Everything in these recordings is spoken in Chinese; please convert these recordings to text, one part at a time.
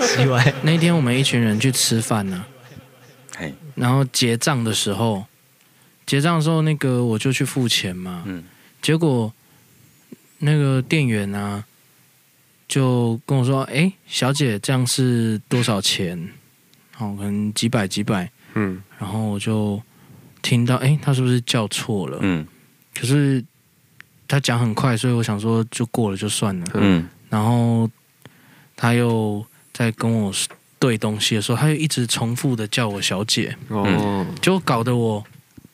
奇怪，那天我们一群人去吃饭呢、嘿，然后结账的时候，结账的时候那个我就去付钱嘛，嗯结果那个店员啊就跟我说：“哎，小姐，这样是多少钱？好、可能几百几百。嗯，”然后我就听到，哎，他是不是叫错了？嗯可是他讲很快，所以我想说就过了就算了。嗯然后他又在跟我对东西的时候，他又一直重复的叫我小姐，哦，就搞得我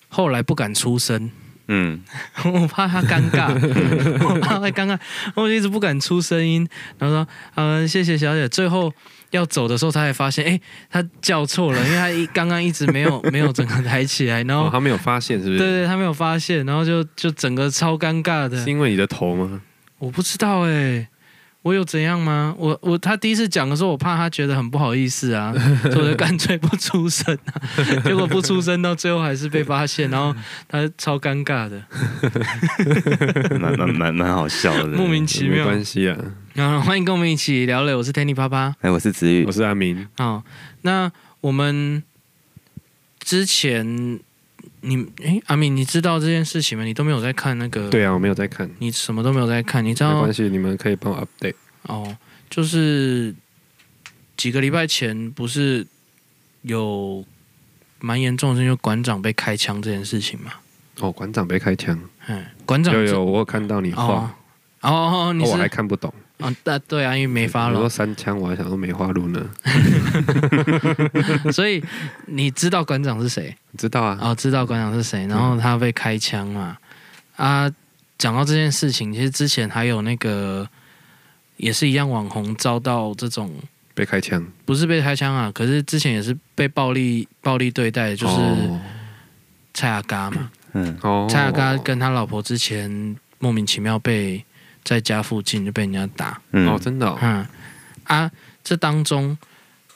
后来不敢出声， 嗯我怕他尴尬， 我怕他尴尬，我就一直不敢出声音。然后说：“嗯、谢谢小姐。”最后要走的时候，他才发现，哎，他叫错了，因为他一刚刚一直没有没有整个抬起来，然 哦，后。他没有发现是对不是？对，他没有发现，然后就就整个超尴尬的是。因为你的头吗？我不知道哎、我有怎样吗？我我他第一次讲的时候，我怕他觉得很不好意思 啊，所以我就干脆不出声啊。结果不出声到最后还是被发现，然后他超尴尬的。嗯， 蛮蛮蛮蛮好笑的，莫名其妙没关系啊，啊，欢迎跟我们一起聊嘞，我是 Tanny 啪啪。哎，我是子宇我，是阿明。好，那我们之前你哎阿敏，你知道这件事情吗？你都没有在看那个，对啊，我没有在看，你什么都没有在看，你知没道关系，你们可以帮我 update。哦，就是几个礼拜前不是有蛮严重的事情，就馆长被开枪这件事情嘛？哦，馆长被开枪，嗯，馆长有有，我有看到你哦画，哦哦，你哦我还是看不懂。哦，那对啊，因为没发我说了，三枪，我还想说梅花鹿呢，所以你知道馆长是谁？你知道啊？哦，知道馆长是谁，然后他被开枪嘛？啊，讲到这件事情，其实之前还有那个也是一样，网红遭到这种被开枪，不是被开枪啊，可是之前也是被暴力暴力对待，就是。蔡阿嘎嘛，嗯哦，蔡阿嘎跟他老婆之前莫名其妙被在家附近就被人家打，哦，嗯，真的哦，嗯啊，这当中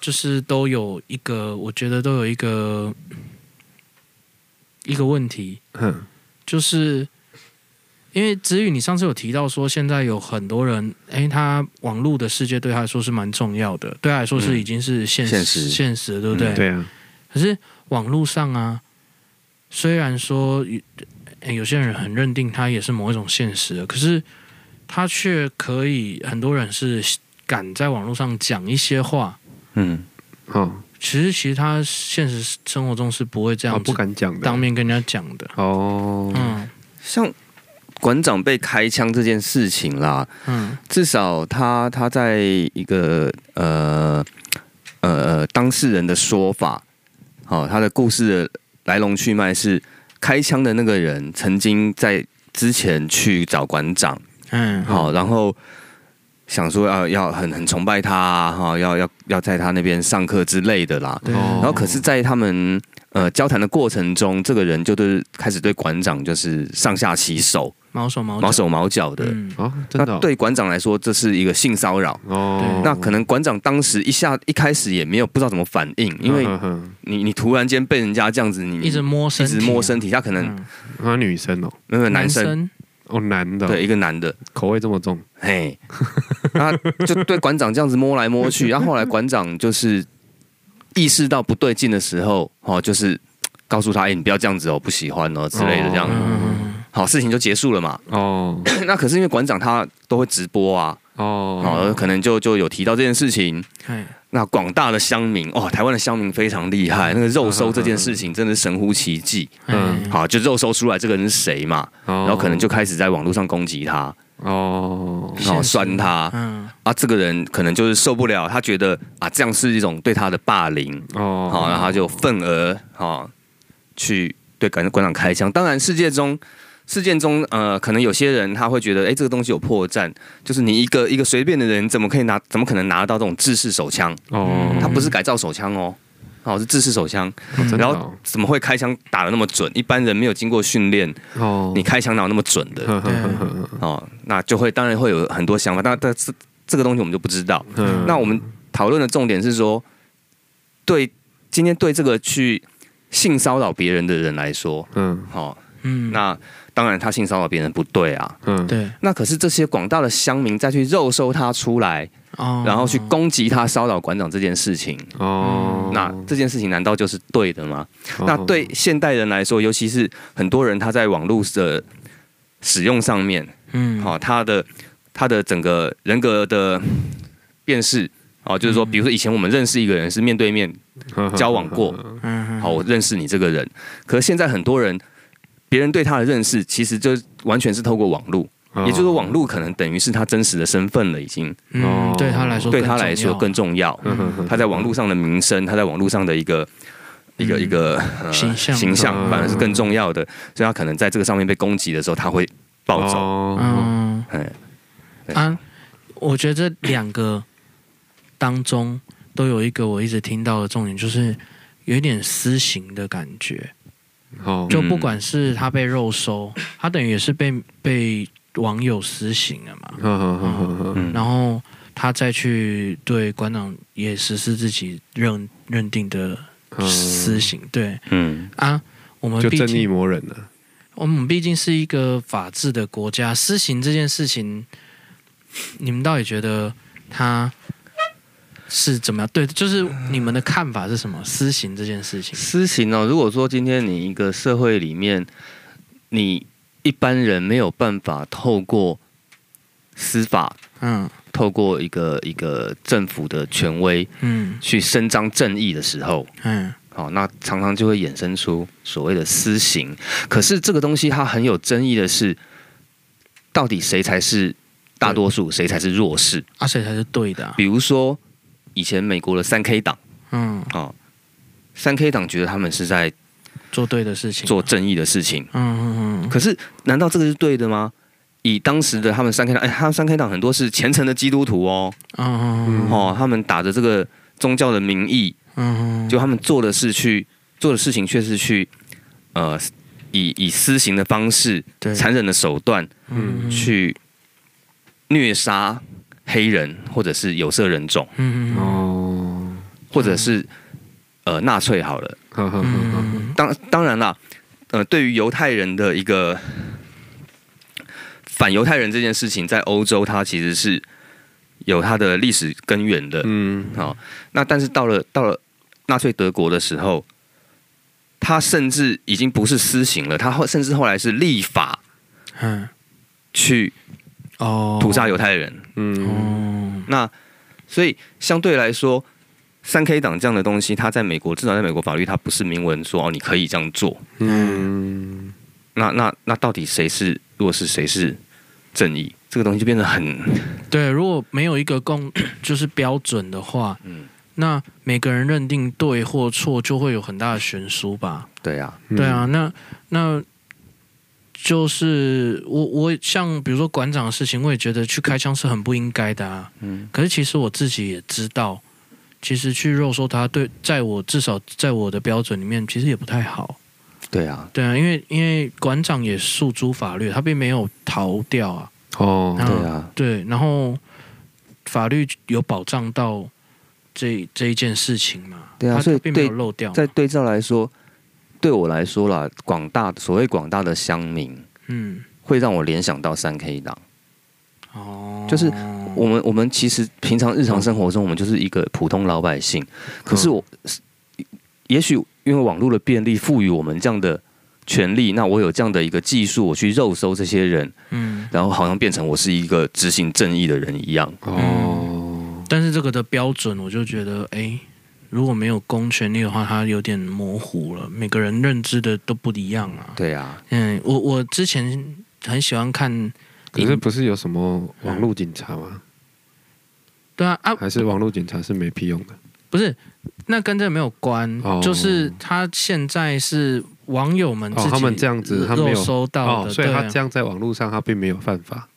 就是都有一个，我觉得都有一个一个问题，哼，就是因为子宇，你上次有提到说，现在有很多人，诶，他网络的世界对他来说是蛮重要的，对他来说是已经是现实、现实现实了，对不对？嗯对啊，可是网络上啊，虽然说有呃有些人很认定它也是某一种现实的，可是它却可以很多人是敢在网络上讲一些话。嗯哦，其实，其实他现实生活中是不会这哦样不子敢讲当的，面跟人家讲的。哦，嗯像馆长被开枪这件事情啦，嗯至少他他在一个呃呃呃当事人的说法，好、他的故事的来龙去脉是开枪的那个人曾经在之前去找馆长，嗯，好、然后想说要要很很崇拜他啊哈、要要要在他那边上课之类的啦，对，哦然后可是，在他们呃交谈的过程中，这个人就对开始对馆长就是上下其手，毛手毛毛脚手毛脚的。嗯哦，真的那啊哦，对馆长来说，这是一个性骚扰。哦，那可能馆长当时一下一开始也没有不知道怎么反应，因为哼哼你你突然间被人家这样子，你嗯一直摸身一体啊，直摸身体，他可能嗯哼他女生哦，那个男男生生嗯哦，男的哦，对一个男的，口味这么重，嘿，那就对馆长这样子摸来摸 去，然后后来馆长就是意识到不对劲的时候，哦，就是告诉他，哎、你不要这样子哦，不喜欢哦之类的这样嗯子。嗯嗯好，事情就结束了嘛。 哦，那可是因为馆长他都会直播啊，哦哦，，可能就就有提到这件事情。嗯，那广大的乡民哦，台湾的乡民非常厉害，那个肉搜这件事情真的是神乎其技。嗯嗯嗯，好，就肉搜出来这个人是谁嘛，然然后可能就开始在网络上攻击他，哦，然后酸他嗯啊，这个人可能就是受不了，他觉得啊这样是一种对他的霸凌，哦，好，然后他就愤而好去对馆馆长开枪。当然，世界中事件中，呃，可能有些人他会觉得，哎、这个东西有破绽，就是你一个一个随便的人，怎么可以拿，怎么可能拿得到这种制式手枪？哦，他不是改造手枪哦。哦，是制式手枪，真的然哦后怎么会开枪打的那么准？一般人没有经过训练，哦，你开枪哪有那么准的？哼哼嗯哼哼哼哦，那就会当然会有很多想法，但但是这个东西我们就不知道。嗯那我们讨论的重点是说，对今天对这个去性骚扰别人的人来说，嗯哦，嗯，那当然他性骚扰别人不对啊。嗯，对那可是这些广大的乡民再去肉搜他出来，哦，嗯然后去攻击他骚扰馆长这件事情，哦，那这件事情难道就是对的吗？那哦对现代人来说，尤其是很多人他在网络的使用上面，嗯好、他的他的整个人格的辨识，哦，就是说，嗯比如说以前我们认识一个人是面对面，交往过，嗯好，我认识你这个人，可是现在很多人别人对他的认识，其实就完全是透过网络，哦也就是说，网络可能等于是他真实的身份了，已经嗯，对他来说哦对更他来重要说更重要。嗯哼哼他在网络上的名声，他在网络上的一个一个嗯一个、呃形象啊形嗯象反而是更重要的，所以他可能在这个上面被攻击的时候，他会暴走。哦，嗯哎对啊，我觉得这两个当中都有一个我一直听到的重点，就是有一点私刑的感觉。好，就嗯不管是他被肉收，他等于也是被被网友私刑了嘛，好好好好好，嗯然后他再去对馆长也实施自己认认定的嗯私刑。对嗯啊，我们就毕正义竟魔人了，我们毕竟是一个法治的国家，私刑这件事情，你们到底觉得他是怎么样？对，就是你们的看法是什么？私刑这件事情，私刑哦，如果说今天你一个社会里面，你一般人没有办法透过司法，嗯透过一个一个政府的权威嗯去伸张正义的时候，嗯好、那常常就会衍生出所谓的私刑。可是这个东西它很有争议的是，到底谁才是大多数，谁才是弱势？啊，谁才是对的啊、比如说以前美国的三 K 党嗯，啊，三、K 党觉得他们是在做对的事情，做正义的事情，嗯，嗯嗯嗯，可是难道这个是对的吗？以当时的他们三 K 党，哎，他们三 K 党很多是虔诚的基督徒哦，嗯嗯哦，他们打着这个宗教的名义，嗯，就他们做的事去做的事情，却是去呃以以私刑的方式、对残忍的手段嗯去虐杀黑人或者是有色人种，嗯嗯嗯哦，或者是呃纳粹好了。好好好好，嗯当当然啦，呃，对于犹太人的一个反犹太人这件事情，在欧洲它其实是有它的历史根源的。嗯，好、那但是到了到了纳粹德国的时候，他甚至已经不是私刑了，他后甚至后来是立法嗯去哦，屠杀犹太人。嗯，哦，那所以相对来说，三 K 党这样的东西，它在美国至少在美国法律，它不是明文说哦你可以这样做。嗯，那那那到底谁是弱势，谁是正义？这个东西就变得很对，如果没有一个共 就是标准的话，嗯那每个人认定对或错就会有很大的悬殊吧？ 对啊，嗯对啊，，那那。就是我我像比如说馆长的事情，我也觉得去开枪是很不应该的啊。嗯可是其实我自己也知道，其实去肉搜他对，在我至少在我的标准里面，其实也不太好。对啊，对啊，因为因为馆长也诉诸法律，他并没有逃掉啊。哦，嗯对啊，对，然后法律有保障到这这一件事情嘛？对啊他所以并没有对漏掉嘛。在对照来说，对我来说啦，广大所谓广大的乡民，嗯，会让我联想到三 K 党。哦，就是我们我们其实平常日常生活中，我们就是一个普通老百姓。可是我，也许因为网络的便利，赋予我们这样的权利，那我有这样的一个技术，我去肉搜这些人，嗯，然后好像变成我是一个执行正义的人一样。哦，但是这个的标准，我就觉得，哎，如果没有公权力的话，它有点模糊了。每个人认知的都不一样啊。对啊，嗯，我我之前很喜欢看，可是不是有什么网络警察吗？对啊啊，还是网络警察是没屁用的？不是，那跟这没有关，哦就是他现在是网友们自己、哦，他们这样子，他没肉有收到的，哦，所以他对啊这样在网络上他并没有犯法。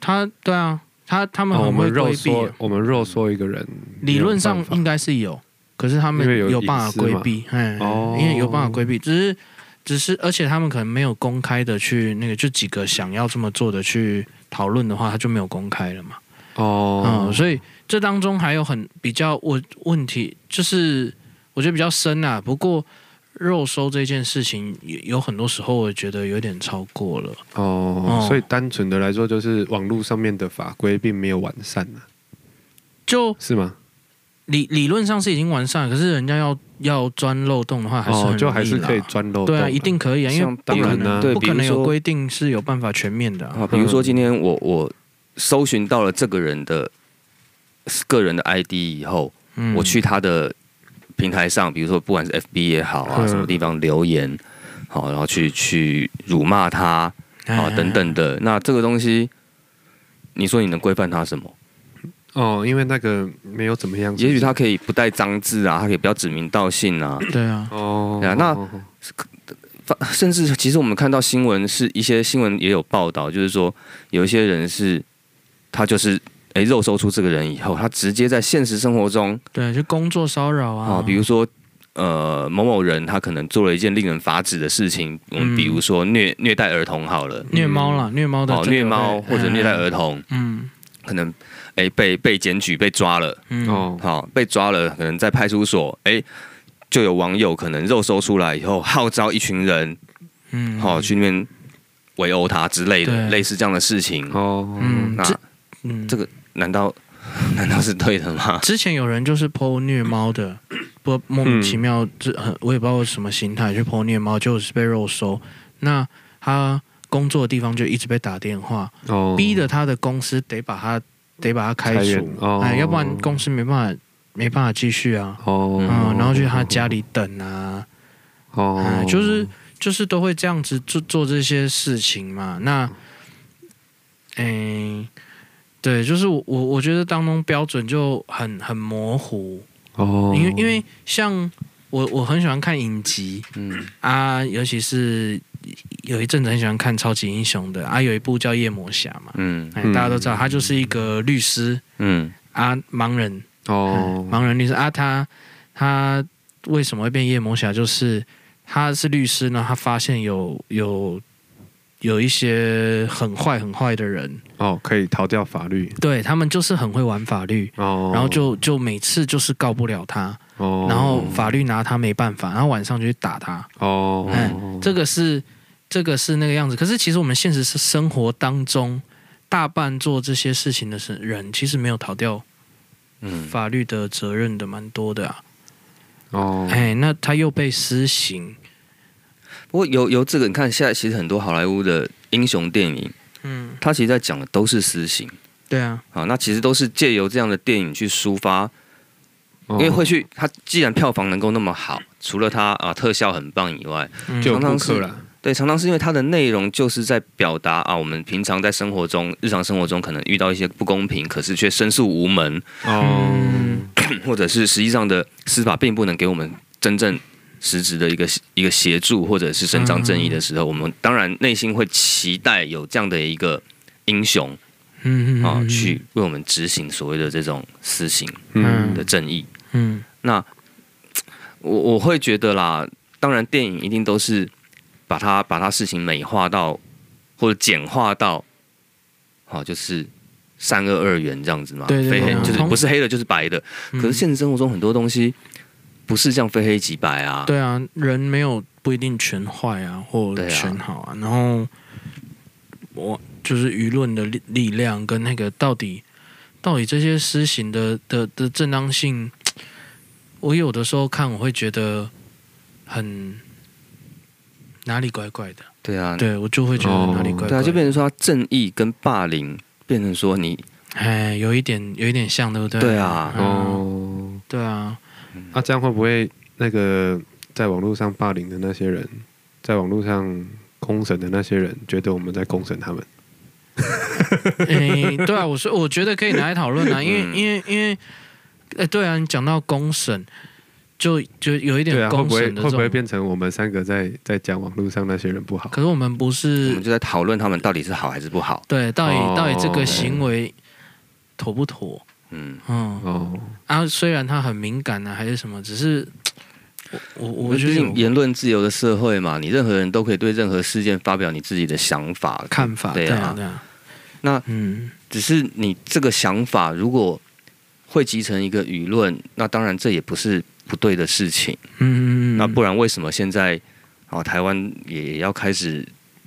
他对啊，他他们哦，我很们会肉规避啊、说，我们肉说一个人，理论上应该该是有，可是他们因为有办法规避，哎，哦因为有办法规避，只是只是，而且他们可能没有公开的去那个，就几个想要这么做的去讨论的话，他就没有公开了嘛。哦嗯，，所以这当中还有很比较问问题，就是我觉得比较深啊。不过肉收这件事情，有有很多时候我觉得有点超过了。哦哦，所以单纯的来说，就是网络上面的法规并没有完善呢、就是吗？理理论上是已经完善了，可是人家要要钻漏洞的话，还是很容哦，易就还是啦可以钻漏洞对啊，一定可以啊，因为像当然不可能啊对不可比能如说有规定是有办法全面的啊、啊，比如说今天我我搜寻到了这个人的个人的 ID 以后，嗯我去他的平台上，比如说不管是 FB 也好啊，嗯什么地方留言，好，然后去去辱骂他啊等，哎等的，那这个东西，你说你能规范他什么？哦，因为那个没有怎么样，也许他可以不带脏字啊，他可以不要指名道姓啊，对啊，哦，对啊那哦哦甚至其实我们看到新闻是一些新闻也有报道，就是说有一些人是他就是诶肉搜出这个人以后，他直接在现实生活中对，啊就工作骚扰啊，啊，比如说呃某某人他可能做了一件令人发指的事情，我们嗯比如说虐虐待儿童好了，虐猫啦，虐猫的哎哦这个虐猫会或者虐待儿，童，嗯可能诶被被检举被抓了，嗯，哦好被抓了，可能在派出所诶就有网友可能肉搜出来以后，号召一群人嗯，好、去那边围殴他之类的，对类似这样的事情。哦，嗯，那这嗯这个难道 难道是对 的吗？之前有人就是剖虐猫 的，不莫名其妙，这、很我也不知道什么心态去剖虐猫，就是被肉收。那他工作的地方就一直被打电话，哦，逼得他的公司得把他得把他开裁除员，哦哎，要不然公司没办法没办法继续啊。哦，嗯，然后去他家里等啊，哦哎，就是就是都会这样子做做这些事情嘛。那，嗯、对，就是我我我觉得当中标准就很很模糊，哦，因为因为像我我很喜欢看影集嗯，啊，尤其是有一阵子很喜欢看超级英雄的啊，有一部叫《夜魔侠》嘛，嗯哎，嗯大家都知道他就是一个律师嗯啊，盲人，哦嗯，盲人律师啊，他他为什么会变夜魔侠？就是他是律师呢，他发现有有有一些很坏很坏的人，哦，可以逃掉法律对他们就是很会玩法律，哦，然后就就每次就是告不了他，哦，然后法律拿他没办法，然后晚上就去打他。哦，哎哦这个是这个是那个样子。可是其实我们现实生活当中，大半做这些事情的是人，其实没有逃掉嗯，法律的责任的，蛮多的啊。嗯哦，哎，那他又被私刑，不过由由这个，你看现在其实很多好莱坞的英雄电影，嗯，它其实在讲的都是私刑对啊，啊，那其实都是借由这样的电影去抒发，哦哦因为会去它既然票房能够那么好，除了它啊特效很棒以外，嗯就有常常顾是客了，对，常常是因为它的内容就是在表达啊，我们平常在生活中、日常生活中可能遇到一些不公平，可是却申诉无门，哦嗯，或者是实际上的司法并不能给我们真正实质的一个一个协助，或者是伸张正义的时候，我们当然内心会期待有这样的一个英雄嗯啊，去为我们执行所谓的这种私刑嗯的正义。嗯那我我会觉得啦，当然电影一定都是把它把它事情美化到或者简化到，好、就是善恶二元这样子嘛，对对非黑对就是同不是黑的就是白的。嗯，可是现实生活中很多东西不是这样非黑即白啊，对啊，人没有不一定全坏啊，或对啊全好啊。然后我就是舆论的力力量跟那个到底到底这些施行的的的正当性，我有的时候看我会觉得很哪里怪怪的，对啊，对我就会觉得哪里怪怪对的，啊，就变成说它正义跟霸凌变成说你哎，有一点有一点像，对不对？对啊嗯哦，对啊，那这样会不会那个在网络上霸凌的那些人，在网络上公审的那些人，觉得我们在公审他们？诶，对啊，我说我觉得可以拿来讨论啊，因为、嗯因为因为，哎，对啊，你讲到公审，就就有一对点啊，会公不会审的这会不种，会变成我们三个在在讲网络上那些人不好？可是我们不我是们就在讨论他们到底是好还是不好，对，到底、哦到底这个行为妥不妥？嗯。嗯，哦，啊，虽然它很敏感啊，还是什么，只是我我我觉毕得竟有言论自由的社会嘛，你任何人都可以对任何事件发表你自己的想法。看法，对对啊啊，对啊，那嗯只是你这个想法如果汇集成一个舆论，那当然这也不是不对的事情。嗯嗯嗯，那不然为什么现在啊台湾也要开始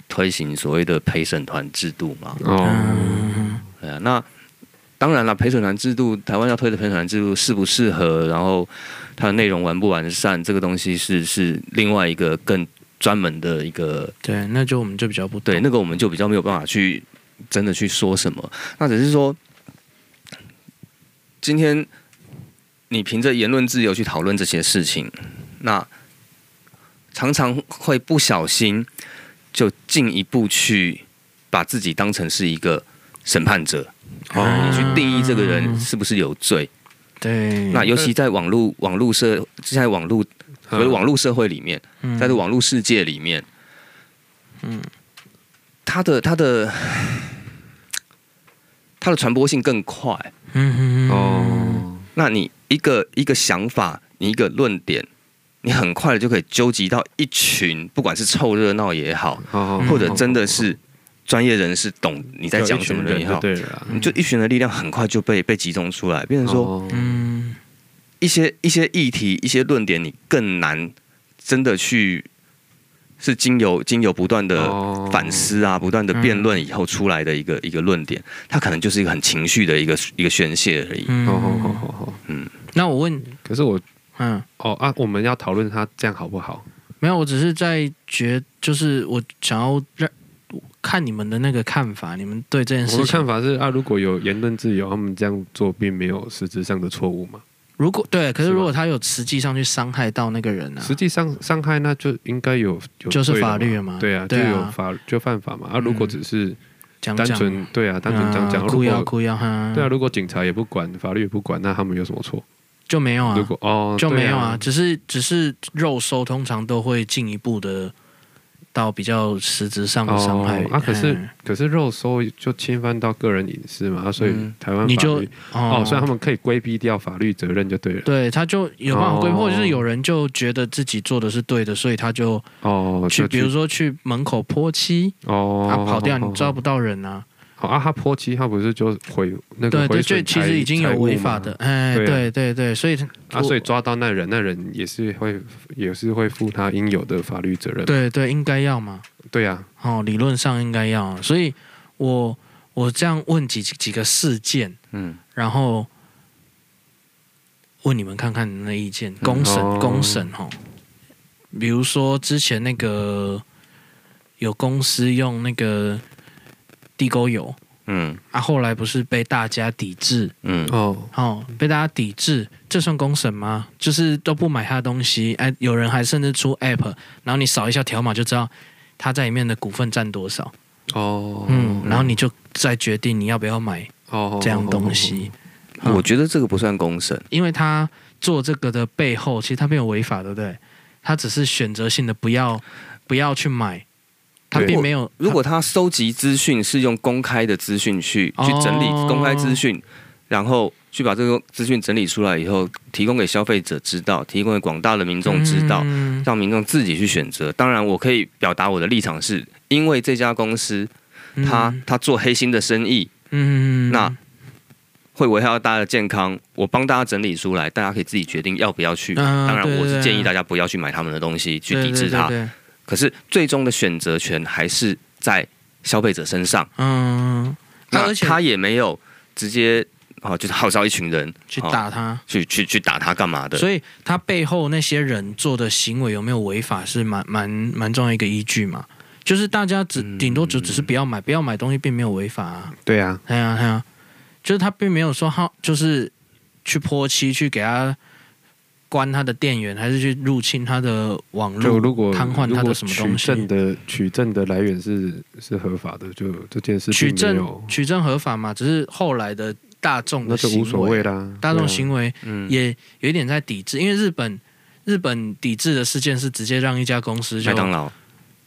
推行所谓的陪审团制度嘛？哦，对啊，那当然了，陪审团制度，台湾要推的陪审团制度适不适合，然后它的内容完不完善，这个东西是是另外一个更专门的一个对，那就我们就比较不对，那个我们就比较没有办法去真的去说什么。那只是说，今天你凭着言论自由去讨论这些事情，那常常会不小心就进一步去把自己当成是一个审判者，哦你去定义这个人嗯是不是有罪。对，那尤其在网络网络社在网络所谓网络社会里面，嗯在这网络世界里面，嗯它的它的它的传播性更快。嗯嗯嗯哦哦，那你一个一个想法，你一个论点，你很快的就可以纠集到一群，不管是凑热闹也好，好，或者真的是专业人士懂你在讲什么人也好，对了啦，你就一群的力量很快就被被集中出来，变成说哦嗯一些一些议题、一些论点，你更难真的去是经由经由不断的哦反思啊，不断的辩论以后出来的一嗯个一个论点，它可能就是一个很情绪的一个一个宣泄而已。哦哦嗯，哦哦哦，那我问，可是我嗯，哦啊，我们要讨论他这样好不好？没有，我只是在觉，就是我想要让看你们的那个看法，你们对这件我事的情看，法是啊，如果有言论自由，他们这样做并没有实质上的错误嘛。如果对，可是是吧如果他有实际上去伤害到那个人呢、啊实？际上伤害那就应该有有就是罪的法律了嘛对啊，就对啊有法就犯法嘛。啊，如果只是讲单讲纯对啊，单纯讲讲，啊如哭要果哭要哈，对啊，如果警察也不管，法律也不管，那他们有什么错？就没有啊如，果哦就没对有啊啊，，只是只是肉收通常都会进一步的到比较实质上的伤害、哦啊可是嗯可是肉搜就侵犯到个人隐私嘛，啊所以嗯台湾法律你就哦，所以他们可以规避掉法律责任就对了。对，他就有办法规避，哦或者是有人就觉得自己做的是对的，所以他就哦，去，就比如说去门口泼漆，哦，他啊跑掉，你抓不不到人啊。好啊，他泼漆，他不是就毁那个对毁对，损这其财实已经有财物违吗法的，哎，对啊对对对，所以他啊，所以抓到那人，那人也是会也是会负他应有的法律责任。对对应该要嘛，对啊，哦，理论上应该要啊。所以我我这样问几几个事件，嗯，然后问你们看看你们的意见，公审、哦公审哈。比如说之前那个有公司用那个地沟油嗯啊，后来不是被大家抵制，嗯哦，哦，被大家抵制，这算公审吗？就是都不买他的东西，哎，有人还甚至出 app，然后你扫一下条码就知道他在里面的股份占多少，哦，嗯，然后你就再决定你要不要买哦这样东，西。嗯我觉得这个不算公审，因为他做这个的背后，其实他没有违法，对不对？他只是选择性的不要不要去买，他对并没有。如果他收集资讯是用公开的资讯去哦去整理公开资讯，然后去把这个资讯整理出来以后，提供给消费者知道，提供给广大的民众知道，嗯让民众自己去选择。当然，我可以表达我的立场是，因为这家公司他嗯他做黑心的生意，嗯那会危害到大家的健康，我帮大家整理出来，大家可以自己决定要不要去。嗯当然，对对我是对建议大家不要去买他们的东西，去抵制它。对对对对可是最终的选择权还是在消费者身上，嗯，那那而且他也没有直接啊，就是号召一群人去打他，去去去打他干嘛的。所以他背后那些人做的行为有没有违法，是蛮蛮蛮重要一个依据嘛。就是大家只嗯顶多就只是不要买，不要买东西，并没有违法啊。对啊，哎呀哎呀，就是他并没有说他就是去泼漆去给他关他的电源，还是去入侵他的网就络。如果瘫痪他的如果什么东西取证的取证的来源是是合法的，就这件事取并没证有，取证合法嘛，只是后来的大众的那就行为，无所谓啊啦。大众为行为嗯，也有一点在抵制，因为日本日本抵制的事件是直接让一家公司就哦麦当劳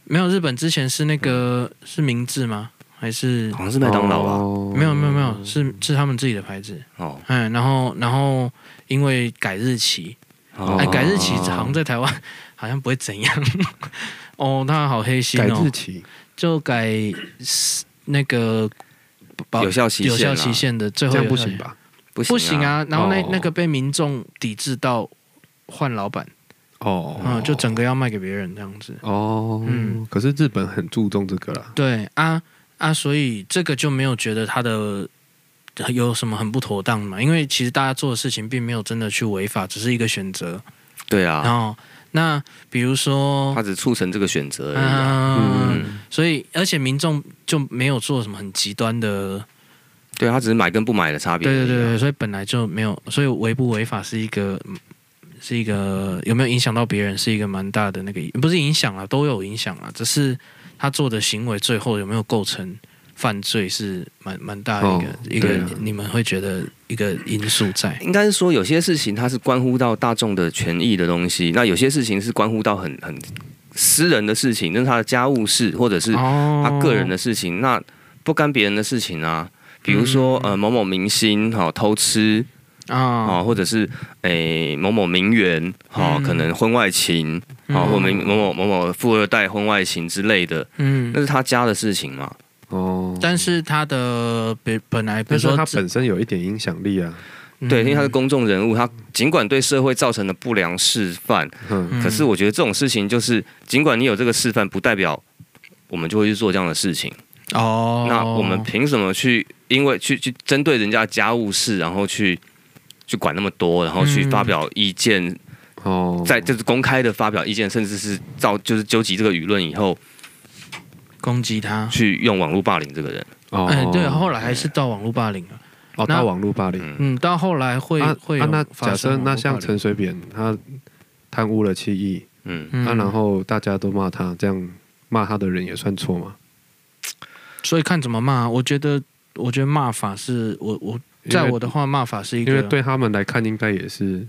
没有，日本之前是那个嗯是明治吗？还是哦好像是麦当劳吧？没有没有没有，是是他们自己的牌子。哦，嗯，然后然后因为改日期，哦哎，改日期好像在台湾 好像不会怎样。 哦，他好黑心改哦日，期就改那个保有效期限有效啊，期限的最这后样有不效行哦期？吧？不不行啊！啊！然后那哦那个被民众抵制到换老板，哦，嗯，就整个要卖给别人这样子。哦，嗯可是日本很注重这个啦，对啊啊，所以这个就没有觉得他的有什么很不妥当嘛，因为其实大家做的事情并没有真的去违法，只是一个选择。对然啊，后那比如说他，只促成这个选择而已啊、嗯，嗯，所以而且民众就没有做什么很极端的，对啊，他只是买跟不买的差别、啊对对对对，，所以本来就没有，所以违不违法是一个。嗯是一个有没有影响到别人，是一个蛮大的那个，不是影响啊，都有影响啊，只是他做的行为最后有没有构成犯罪，是蛮蛮大的一个、哦一个对啊你们会觉得一个因素在。应该是说有些事情它是关乎到大众的权益的东西，那有些事情是关乎到很很私人的事情，那是他的家务事或者是哦他个人的事情，那不干别人的事情啊。比如说，嗯呃，某某明星哈、哦偷吃啊，哦，或者是诶、某某名媛哈、哦嗯可能婚外情哦，或某某某某某富二代婚外情之类的，嗯那是他家的事情嘛。哦，但是他的本本来，比但如是说它本身有一点影响力啊，对，因为他是公，公众人物，他尽管对社会造成了不良示范，嗯，嗯可是我觉得这种事情就是，尽管你有这个示范，不代表我们就会去做这样的事情。哦，那我们凭什么去因为去去针对人家的家务事，然后去去管那么多，然后去嗯发表意见，哦，在就是公开的发表意见，甚至是造就是纠集这个舆论以后，攻击他，去用网络霸凌这个人。哦，哎，对，后来还是到网络霸凌了，哦，那到网络霸凌。嗯，嗯，到后来会啊会啊有那发假生设网络霸凌那像陈啊水扁他贪污了七亿，嗯，嗯啊，然后大家都骂他，这样骂他的人也算错吗？所以看怎么骂，我觉得我觉得骂法是我我因为在我的话骂法是一因个为对他们来看应该也是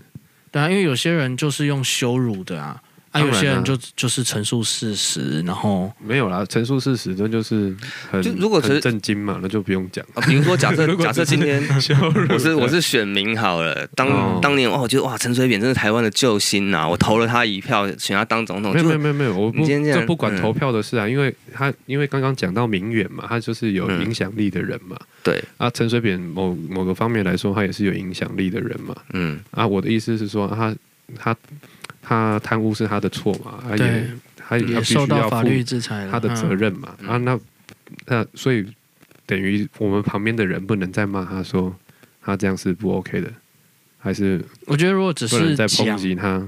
对啊，因为有些人就是用羞辱的啊，啊，当然有啊些人就就是陈述事实，然后没有啦，陈述事实那就是很就如果很是震惊嘛，那就不用讲。啊比如说 假设假设今天我是我是是选民好了，当、哦当年哇，我觉得哇，陈水扁真是台湾的救星呐、我投了他一票，选他当总统，没有哦就没有没有没有，我你不今天这样嗯这不管投票的事啊，因为他因为刚刚讲到名媛嘛，他就是有嗯影响力的人嘛。对，啊，陈水扁某某个方面来说，他也是有影响力的人嘛。嗯，啊，我的意思是说，啊他他他贪污是他的错嘛，他也对他他也必须受到要法负律制裁了，他的责嗯任嘛。嗯啊，那那所以等于我们旁边的人不能再骂他说他这样是不 OK 的，还是我觉得如果只不能是再抨讲击他，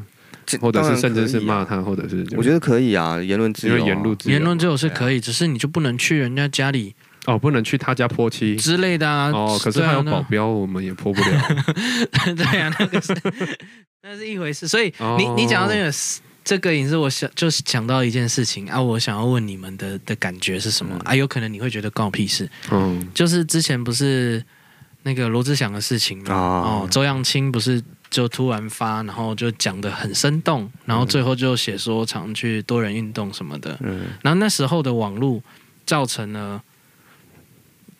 这或者当是然甚至是可以啊骂他，或者是我觉得可以啊，言论自因由啊、为哦言论自由言论自由是对啊可以，只是你就不能去人家家里哦，不能去他家泼漆。之类的啊。哦，可是对啊他有那保镖，我们也泼不了。对啊，那个是 那是一回事。所以 哦你你讲到这个这个影视，我想就是讲到一件事情啊，我想要问你们的的感觉是什么、嗯啊？有可能你会觉得关我屁事，嗯，就是之前不是那个罗志祥的事情嘛？哦哦，周扬青不是就突然发，然后就讲的很生动，然后最后就写说常去多人运动什么的，嗯然后那时候的网络造成了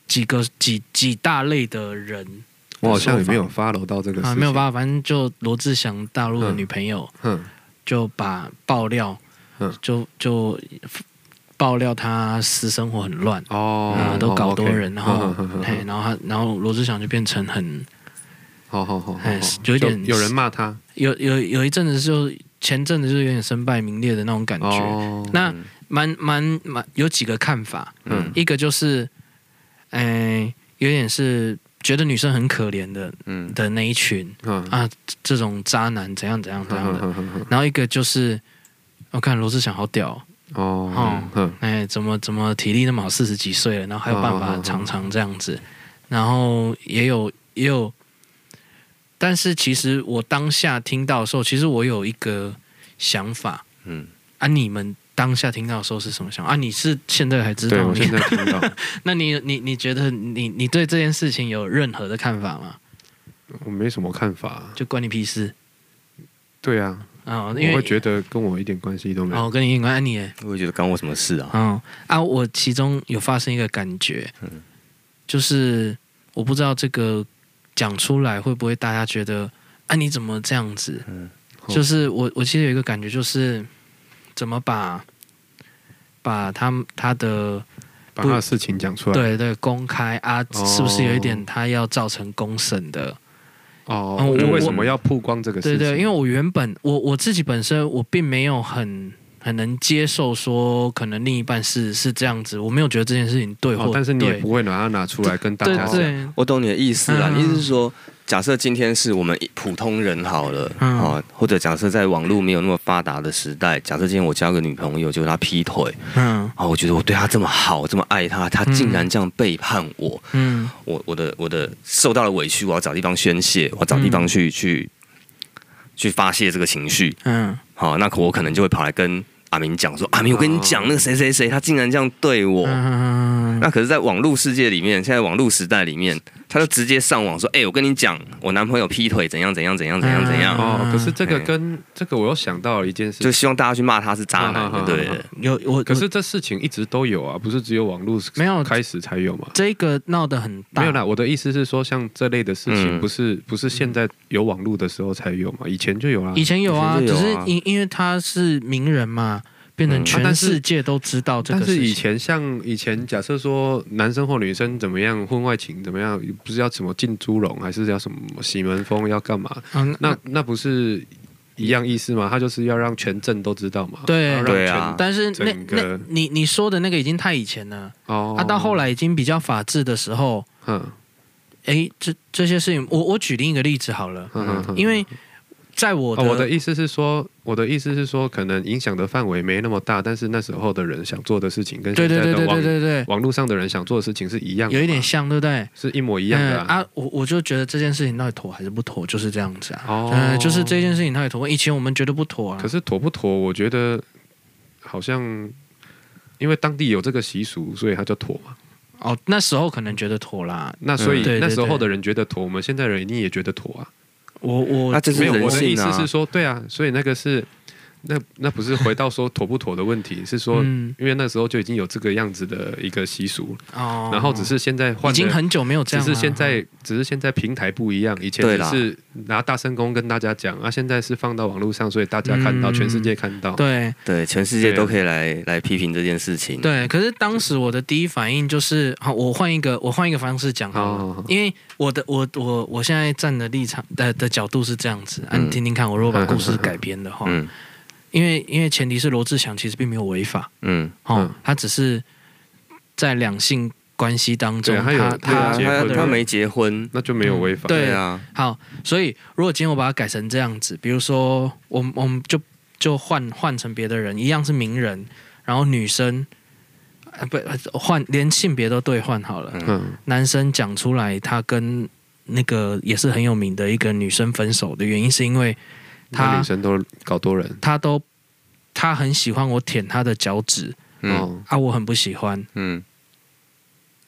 几个几几大类的人我好像也没有 follow 到这个事啊，情没有办法，反正就罗志祥大陆的女朋友嗯就把爆料，嗯就就爆料他私生活很乱。哦啊，，都搞多人，然后好，嗯嗯嗯 嗯嘿，然后他，然后罗志祥就变成很好好好，好哎有一点有人骂他，有有有一阵子就前阵子就有点身败名裂的那种感觉，哦，那蛮蛮蛮有几个看法，嗯一个就是，哎、有点是觉得女生很可怜的嗯的那一群，嗯啊这种渣男怎样怎样怎样的。嗯嗯嗯然后一个就是，我、看罗志祥好屌哦，嗯哦，嗯哎、怎么怎么体力那么好，四十几岁了，然后还有办嗯嗯嗯法嗯常常这样子。然后也有也有，但是其实我当下听到的时候，其实我有一个想法嗯，啊，你们当下听到的时候是什么想法啊？你是现在才知对道我你现 在听到，那你你你觉得你你对这件事情有任何的看法吗？我没什么看法。就关你屁事对啊，啊、我因为会觉得跟我一点关系都没哦，有。我跟你有关，啊你耶，我也觉得干我什么事啊？嗯啊，我其中有发生一个感觉，嗯就是我不知道这个讲出来会不会大家觉得啊你怎么这样子？嗯哦就是我我其实有一个感觉，就是怎么把把他们他的把他的事情讲出来。对对公开啊，哦是不是有一点他要造成公审的哦啊我就为我什么要曝光这个事对情？对，因为我原本我我自己本身我并没有很很能接受说可能另一半是是这样子，我没有觉得这件事情对或、哦，但是你也对不会把它拿出来跟大对家对讲。对我懂你的意思啦，嗯你意思是说，假设今天是我们一普通人好了，嗯啊，或者假设在网络没有那么发达的时代，假设今天我交个女朋友，结果她劈腿，嗯啊，我觉得我对她这么好，这么爱她，她嗯竟然这样背叛我，嗯我我的我的受到了委屈，我要找地方宣泄，我要找地嗯方去、去去发泄这个情绪，嗯好，那可我可能就会跑来跟阿明讲说，阿明，我跟你讲，哦那个谁谁谁，他竟然这样对我，嗯那可是，在网络世界里面，现在网络时代里面，他就直接上网说：“哎、我跟你讲，我男朋友劈腿，怎样怎样怎样怎样怎样。嗯哦，可是这个嗯跟这个我又想到了一件事就希望大家去骂他是渣男，嗯嗯嗯对嗯的。有我可是这事情一直都有啊，不是只有网络没有开始才有嘛？这个闹得很大，没有啦，我的意思是说，像这类的事情，嗯不是、不是现在有网络的时候才有嘛，以前就有啦。以前有啊，以前只就是有啊因因为他是名人嘛，变成嗯啊全但是世界都知道这个但事情。是以前像以前，假设说男生或女生怎么样婚外情怎么样，不是要什么进猪笼，还是要什么洗门风，要干嘛？嗯，那那不是一样意思吗？他就是要让全镇都知道嘛。对然后让对全啊但是那整那个你你说的那个已经太以前了，哦，啊，到后，来已经比较法治的时候，嗯诶，这这些事情，我我举另一个例子好了，嗯嗯嗯因为在我的、哦，我的意思是说，我的意思是说，可能影响的范围没那么大，但是那时候的人想做的事情跟对现对在对的对网对对网络上的人想做的事情是一样对，的嘛，有一点像，对不对？是一模一样的嗯啊，我我就觉得这件事情到底妥还是不妥，就是这样子啊。哦嗯，就是这件事情到底妥不妥，以前我们觉得不妥啊。可是妥不妥？我觉得好像因为当地有这个习俗，所以它叫妥嘛。哦，那时候可能觉得妥啦。那所以、嗯对对那时候的人觉得妥，我们现在人一定也觉得妥啊。我我那这是没有，我人的意性思啊是。说，对啊，所以那个是那那不是回到说妥不妥的问题，是说。嗯因为那时候就已经有这个样子的一个习俗，哦，然后只是现在已换的经很久没有这只样了，啊是现在，只是现在平台不一样，以前对只啦是拿大声公跟大家讲，啊，现在是放到网络上，所以大家看到，嗯全世界看到。对对，全世界对啊都可以来来批评这件事情。对，可是当时我的第一反应就是，好，我换一个，我换一个方式讲好了，好好好因为我的我我我现在站的立场的的角度是这样子，啊，嗯你听听看，我如果把故 事改编的话，嗯因为因为前提是罗志祥其实并没有违法，嗯，哦，嗯他只是在两性关系当中，对他有他对对啊啊，他结他婚他没结婚。那就没有违法。对对啊，好，所以如果今天我把它改成这样子，比如说我们我们就就换换成别的人，一样是名人，然后女生。啊，不呃换连性别都兑换好了，嗯，男生讲出来，他跟那个也是很有名的一个女生分手的原因，是因为那他女生都搞多人，他都他很喜欢我舔他的脚趾嗯哦，啊，我很不喜欢。嗯。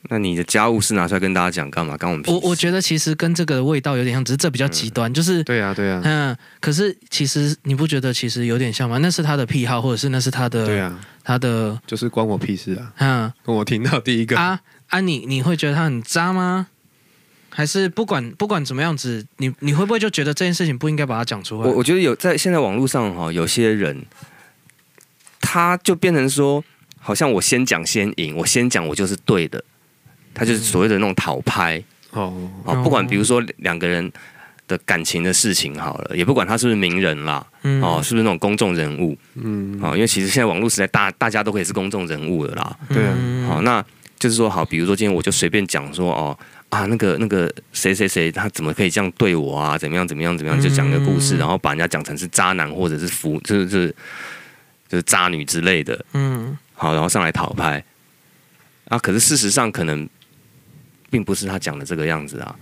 那你的家务事拿出来跟大家讲干嘛？干我们屁我事我觉得其实跟这个味道有点像，只是这比较嗯极端，就是对啊，对啊，嗯，可是其实你不觉得其实有点像吗？那是他的癖好，或者是那是他的对啊，他的就是关我屁事啊！嗯跟我听到第一个，啊啊，你你会觉得他很渣吗？还是不管不管怎么样子，你你会不会就觉得这件事情不应该把它讲出来？我我觉得有在现在网络上哈，有些人他就变成说，好像我先讲先赢，我先讲我就是对的，他就是所谓的那种讨拍哦，啊、嗯哦不管比如说两个人的感情的事情好了，也不管他是不是名人啦，嗯哦，是不是那种公众人物嗯，哦，因为其实现在网络时代大大家都可以是公众人物的啦。对啊嗯好、那就是说好，比如说今天我就随便讲说哦。啊，那个那个谁谁谁，他怎么可以这样对我啊？怎么样怎么样怎么样？就讲一个故嗯事，然后把人家讲成是渣男或者是腐，就是就是就是渣女之类的。嗯好，然后上来讨拍啊。可是事实上可能并不是他讲的这个样子啊。，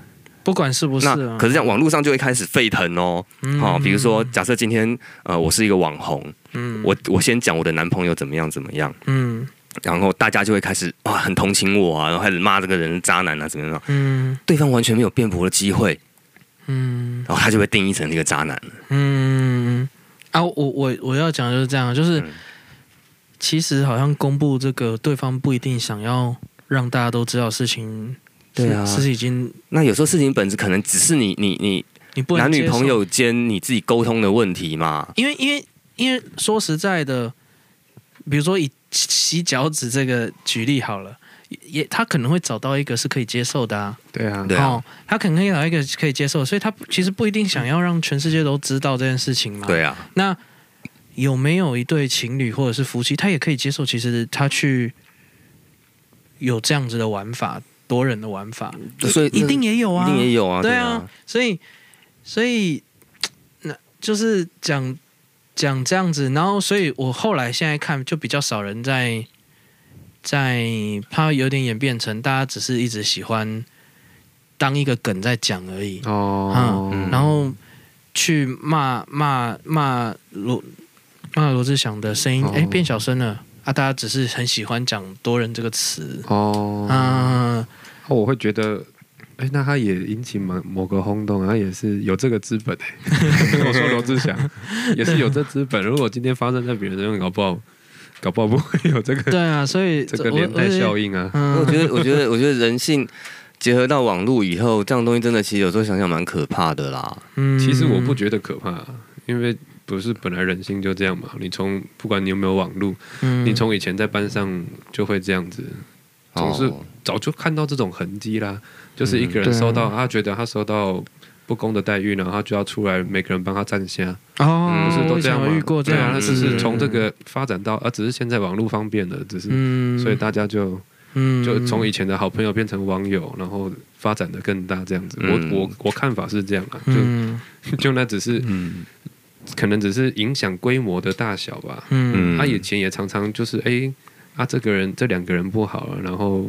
不管是不是、那啊，可是这样网络上就会开始沸腾哦。嗯好、比如说，假设今天呃我是一个网红，嗯我我先讲我的男朋友怎么样怎么样，嗯然后大家就会开始哇很同情我啊，然后开始骂这个人是渣男啊怎么样怎么样。嗯对方完全没有辩驳的机会，嗯然后他就被定义成一个渣男了。嗯啊，我我我要讲的就是这样，就是、嗯其实好像公布这个对方不一定想要让大家都知道的事情，对啊是是已经那有时候事情本质可能只是你你你你不能男女接受朋，友间你自己沟通的问题嘛。因为因为因为说实在的，比如说以洗洗脚趾这个举例好了。也他可能会找到一个是可以接受的啊，对啊，对啊哦，他可能可以找到一个可以接受，所以他不其实不一定想要让全世界都知道这件事情嘛。，对啊，那有没有一对情侣或者是夫妻，他也可以接受，其实他去有这样子的玩法，多人的玩法，所以一定也有一啊，定也有啊，对啊啊，，所以所以那就是讲讲这样子，然后所以我后来现在看就比较少人在在，怕有点演变成大家只是一直喜欢当一个梗在讲而已，哦，嗯然后去骂骂骂罗骂罗志祥的声音，哦哎、变小声了啊！大家只是很喜欢讲多人这个词，哦，啊，哦我会觉得。哎，那他也引起某某个轰动，他也是有这个资本、欸。我 说罗志 祥也是有这资本。如果今天发生在别人身上，搞不好，搞不好不会有这个对 啊，所以这个连带效应，应啊。我嗯，觉 得，我觉得，我觉得人性结合到网络以后，这样东西真的，其实有时候想想蛮可怕的啦。嗯其实我不觉得可怕，因为不是本来人性就这样嘛。你从不管你有没有网路，嗯你从以前在班上就会这样子，总是哦早就看到这种痕迹啦。就是一个嗯人收到，他觉得他收到不公的待遇，然后他就要出来，每个人帮他站下，哦，嗯不是都我以这前样有吗？遇过这对啊样，，那的只事是情从这个发展到，啊，只是现在网络方便了，只是嗯，所以大家就嗯就从以前的好朋友变成网友，然后发展的更大这样子。嗯我我我看法是这样啊，就嗯 就那只是嗯可能只是影响规模的大小吧。嗯他、以前也常常就是哎、啊，这个人这两个人不好了，然后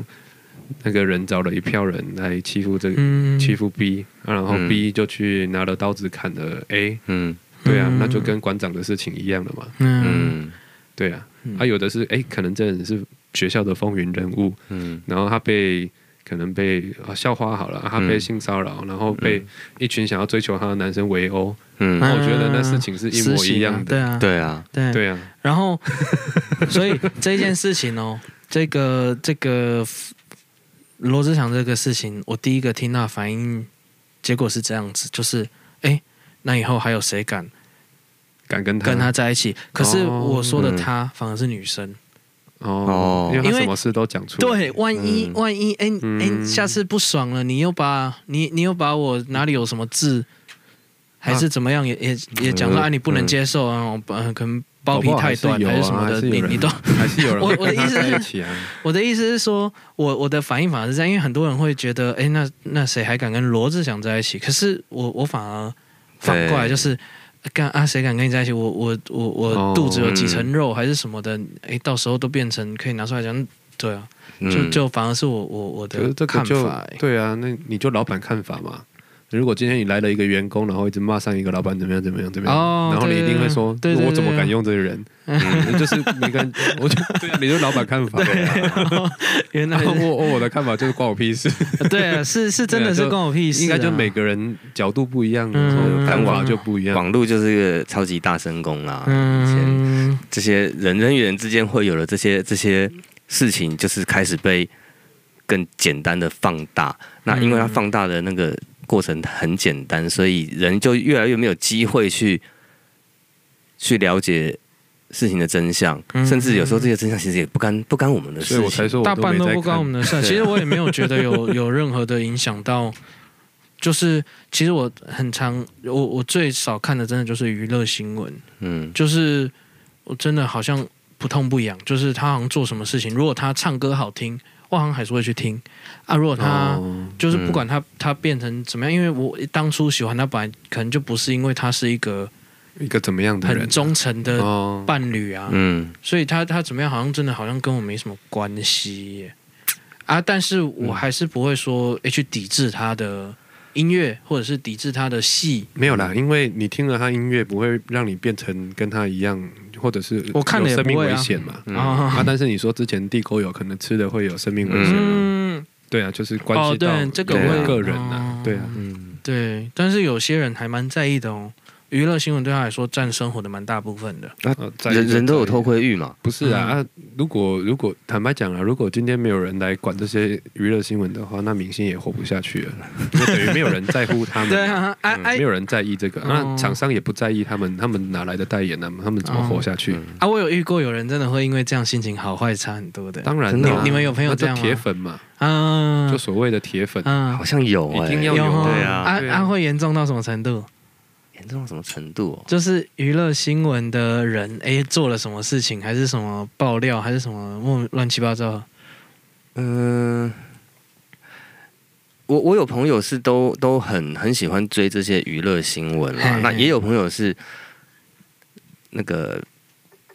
那个人找了一票人来欺负这个、嗯欺负 B，、啊、然后嗯 B 就去拿了刀子砍了 A，嗯对啊，嗯那就跟馆长的事情一样了嘛，嗯嗯对啊，嗯啊有的是哎、可能这人是学校的风云人物，嗯然后他被可能被、啊、校花好了，嗯啊他被性骚扰，然后被一群想要追求他的男生围殴，嗯，然后我觉得那事情是一模一样的，对啊，对啊，对对啊，然后 所以这件事情哦，这个这个罗志祥这个事情，我第一个听到反应结果是这样子，就是哎，那以后还有谁敢敢跟他跟他在一起？可是嗯哦我说的嗯他反而是女生。哦哦，因为因他为什么事都讲出来，对，万一、嗯万一，哎、嗯哎、下次不爽了，你又把你你又把我哪里有什么痣，还是怎么样，也也也讲说嗯啊，你不能接受啊，我呃可能包皮太短搞不好还是有啊还什么还的，是有你人你都，还是有人会我我的跟他意思是在一起啊，我的意思是说，我我的反应反而是这样，因为很多人会觉得，哎，那那谁还敢跟罗志祥在一起？可是我我反而反过来对就是。干啊！谁敢跟你在一起？我我我哦我肚子有几层肉、还是什么的？哎，到时候都变成可以拿出来讲。对啊，就嗯就反而是我我我可的是这个看就法、欸对啊，那你就老板看法嘛。如果今天你来了一个员工，然后一直骂上一个老板怎么样怎么样怎么样，哦然后你一定会说，对对对对我怎么敢用这个 人？嗯就是你敢，我就啊对啊，你就老板看法。原来然后我我我的看法就是关我屁事，对啊，是是真的是关我屁事啊、应该就每个人角度不一样，嗯然后看法就不一样。网络就是一个超级大声公啦。以前嗯这些人人与人之间会有的这些这些事情，就是开始被更简单的放大。那因为它放大的那个过程很简单，所以人就越来越没有机会去去了解事情的真相，嗯甚至有时候这些真相其实也不干不干我们的事所以我才情。说我大都没半都在不关我看们。的事。对啊其实我也没有觉得 有有任何的影响到，就是其实我很常我我最少看的真的就是娱乐新闻，嗯就是我真的好像不痛不痒，就是他好像做什么事情，如果他唱歌好听，我好像还是会去听啊。如果他、哦就是不管他他变成怎么样，因为我当初喜欢他，本来可能就不是因为他是一个一个怎么样的人啊很忠诚的哦，伴侣啊，嗯所以他他怎么样，好像真的好像跟我没什么关系耶啊。但是我还是不会说、诶去抵制他的音乐，或者是抵制他的戏。没有啦，因为你听了他音乐，不会让你变成跟他一样，或者是我看了有也生命不会危啊险嘛。嗯啊啊，但是你说之前地沟油可能吃的会有生命危险嘛？嗯，对啊，就是关哦，系到对，这个我会个人呐，对啊，嗯对，但是有些人还蛮在意的哦。娱乐新闻对他来说占生活的蛮大部分的。呃在意人人都有在意偷窥欲嘛，不是啊，啊如果如果坦白讲啊，如果今天没有人来管这些娱乐新闻的话，那明星也活不下去了， 就等于没有人在乎 他们。对 啊，哎嗯没哎有人在意这个，哦那厂商也不在意他们，他们哪来的代言呢、他们怎么活下去？嗯啊！我有遇过有人真的会因为这样心情好坏差很多的。当然真啦的吗你你们有朋友那这就样吗铁粉嘛，嗯，就所谓的铁粉，嗯好，像有哎、啊一定要有有哦对啊啊对啊啊会严重到什么程度？严重到什么程度、哦？就是娱乐新闻的人，哎，做了什么事情，还是什么爆料，还是什么莫乱七八糟？嗯，我我有朋友是都都很很喜欢追这些娱乐新闻啦嘿，那嘿也有朋友是那个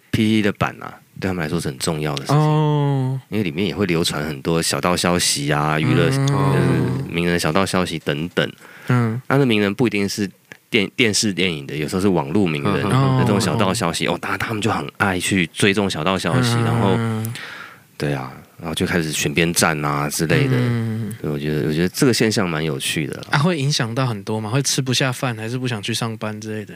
P E 的版啊，对他们来说是很重要的事情，哦，因为里面也会流传很多小道消息啊、娱乐、哦呃名人小道消息等等。嗯，那那名人不一定是。电电视、电影的，有时候是网络名人嗯的嗯嗯那种小道消息哦，大家他们就很爱去追踪小道消嗯息，然后对啊，然后就开始选边站啊之类的，嗯对，我觉得我觉得这个现象蛮有趣的啦。啊，会影响到很多嘛？会吃不下饭，还是不想去上班之类的？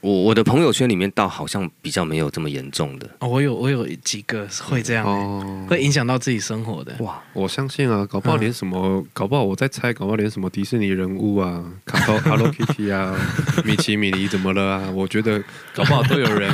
我我的朋友圈里面倒好像比较没有这么严重的。哦，我有我有几个会这样、欸哦，会影响到自己生活的。哇，我相信啊，搞不好连什么，搞不好我在猜，搞不好连什么迪士尼人物啊，卡 通 Hello Kitty 啊，米奇米妮怎么了啊？我觉得搞不好都 有人，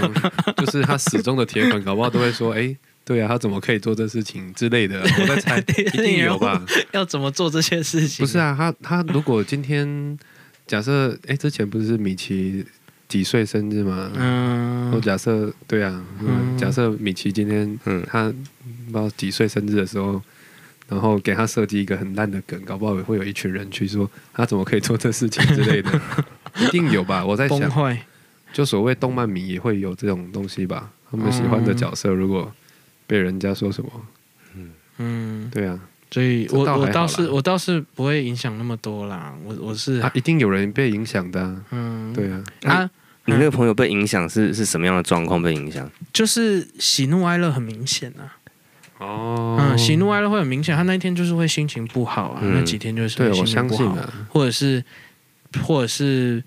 就是他始终的铁粉，搞不好都会说，哎、对啊，他怎么可以做这事情之类的？啊我在猜， 一定有吧？要怎么做这些事情？不是，啊，他他如果今天假设，哎、之前不是米奇几岁生日吗？嗯我，假设对啊，嗯嗯假设米奇今天嗯，他不知道几岁生日的时候，然后给他设计一个很烂的梗，搞不好也会有一群人去说他怎么可以做这事情之 类的，一定有吧？我在崩想，坏。就所谓动漫迷也会有这种东西吧？他们喜欢的角色如果被人家说什么，嗯，对啊，所以我这倒还好我啦倒是我倒是不会影响那么多啦。我我是、啊，一定有人被影响的、啊，嗯对啊，啊，你那个朋友被影响是是什么样的状况被影响？就是喜怒哀乐很明显啊。哦嗯，喜怒哀乐会很明显，他那一天就是会心情不好啊，嗯那几天就是对会心我情相不信好，啊，或者是或者是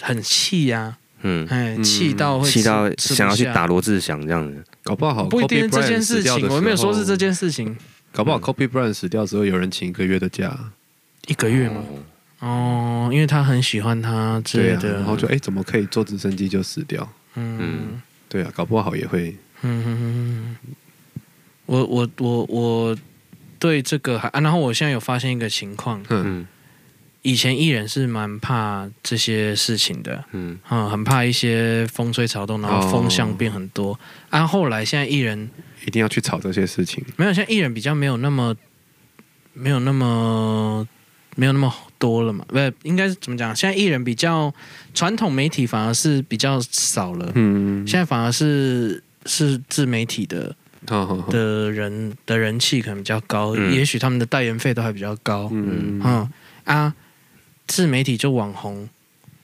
很气呀、嗯，哎，嗯气到会气到吃想要去，打罗志祥这样子。搞不好吃不下不一定是 Kobe 这 Bryant 件事死掉情，的我没有时候说是这，件嗯事情，搞不好 Kobe Bryant 死掉之后，有人请一个月的假。啊一个月嘛，哦哦，因为他很喜欢他之对类啊，的，然后就哎、诶怎么可以坐直升机就死掉？嗯嗯对啊，搞不好也会嗯嗯嗯嗯，我我我我对这个还、啊，然后我现在有发现一个情况，嗯嗯以前艺人是蛮怕这些事情的，嗯嗯，很怕一些风吹草动，然后风向变很多。啊，后来现在艺人一定要去吵这些事情。没有，现在艺人比较没有那么没有那么没有那么多了嘛？不是，应该是怎么讲？现在艺人比较传统媒体反而是比较少了，嗯现在反而是是自媒体的好好好，的人的人气可能比较高，哦嗯也许他们的代言费都还比较高。嗯嗯啊，自媒体就网红，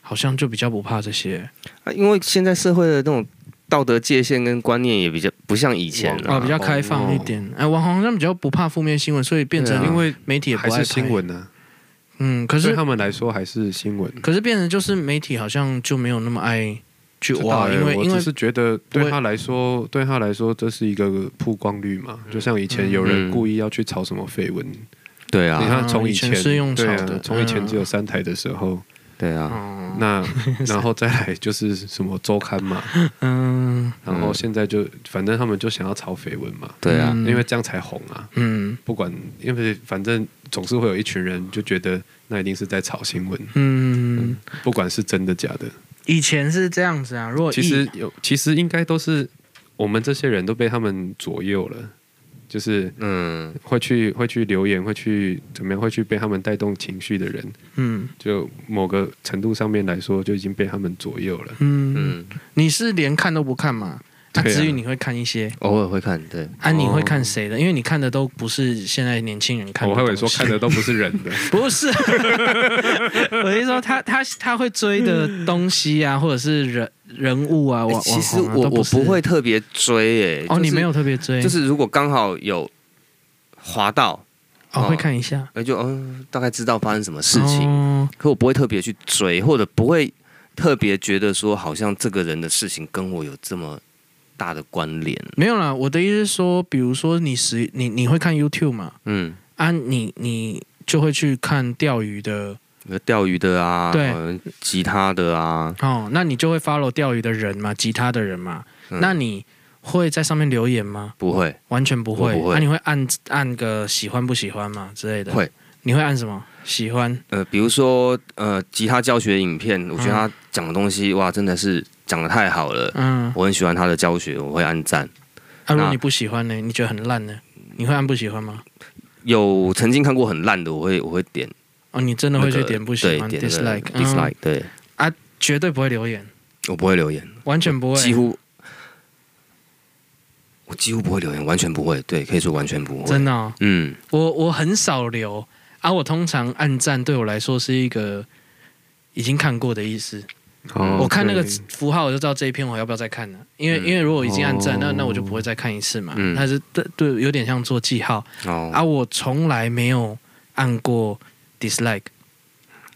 好像就比较不怕这些。啊，因为现在社会的那种道德界限跟观念也比较不像以前了、网啊，比较开放一点。哎、网红好像比较不怕负面新闻，所以变成、对啊因为媒体也不还爱拍是新。闻呢、嗯，可对啊是他们来说还是新闻。可是变成就是媒体好像就没有那么爱去不知道挖，欸因为我因为只是觉得不对会他来说，对他来说这是一个曝光率嘛，就像以前有嗯人故意要去炒什么绯闻，你对啊，看从以前前是用对炒啊的，从以前嗯只有三台的时候，对啊，哦， 那然后再来就是什么周刊嘛，嗯然后现在就反正他们就想要炒绯闻嘛，对啊，嗯因为这样才红啊。嗯不管，因为反正总是会有一群人就觉得那一定是在炒新闻，嗯，不管是真的假的。以前是这样子啊。如果其实有，其实应该都是我们这些人都被他们左右了，就是嗯会去会去留言，会去怎么样，会去被他们带动情绪的人，嗯就某个程度上面来说，就已经被他们左右了。嗯嗯，你是连看都不看嘛？啊，对啊至于你会看一些。偶尔会看，对，啊，你会哦看谁的？因为你看的都不是现在年轻人看的我东西。还会说看的都不是人 的，不 是，我的意思说他他他会追的东西啊，或者是人人物啊，欸网、其实网红啊我都我是不会特别追、欸，哦，你没有。有特别追，就是如果刚好有滑到，哦哦会看一下那就嗯、大概知道发生什么事情，哦可我不会特别去追，或者不会特别觉得说，好像这个人的事情跟我有这么大的关联。没有啦，我的意思是说，比如说你使你你会看 YouTube 嘛？嗯，啊，你你就会去看钓鱼的有钓鱼的啊，对呃，吉他的啊，哦，那你就会 follow 钓鱼的人嘛，吉他的人嘛。嗯那你会在上面留言吗？不会完全不我会。啊不会那、你会按按个喜欢不喜欢嘛之类的？会。你会按什么？喜欢。呃，比如说呃，吉他教学影片，我觉得他讲的东西、哇，真的是讲的太好了，嗯，我很喜欢他的教学，我会按赞。啊，如果那你不喜欢呢？你觉得很烂呢？你会按不喜欢吗？有曾经看过很烂的，我会我会点、哦，你真那的个，会去点不喜欢、d 对 i 点 s 那 l i 个 k e dislike，对绝对不会留言，我不会留言，完全不会。几乎我几乎不会留言，完全不会，对，可以说完全不会，真的、哦，嗯，我我很少留啊，我通常按赞对我来说是一个已经看过的意思。哦我看那个对符号，我就知道这一篇我要不要再看了、因为、嗯因为如果已经按赞，那哦那我就不会再看一次嘛。嗯但是对对，有点像做记号哦，啊。我从来没有按过 dislike，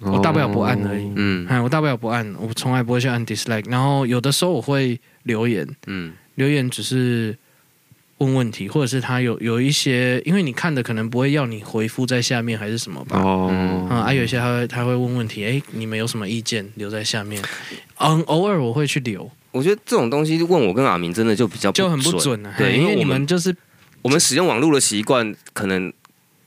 我哦大不了不按而已嗯哎、我大不了不按，我从来不会去按 dislike。然后有的时候我会留言，嗯留言只是问问题，或者是他有有一些，因为你看的可能不会要你回复在下面还是什么吧。哦，啊，啊，有一些他会他会问问题，哎，你们有什么意见留在下面？嗯，偶尔我会去留，我觉得这种东西问我跟阿明真的就比较就很不准啊。对，嘿因为为我你们就是我们使用网络的习惯，可能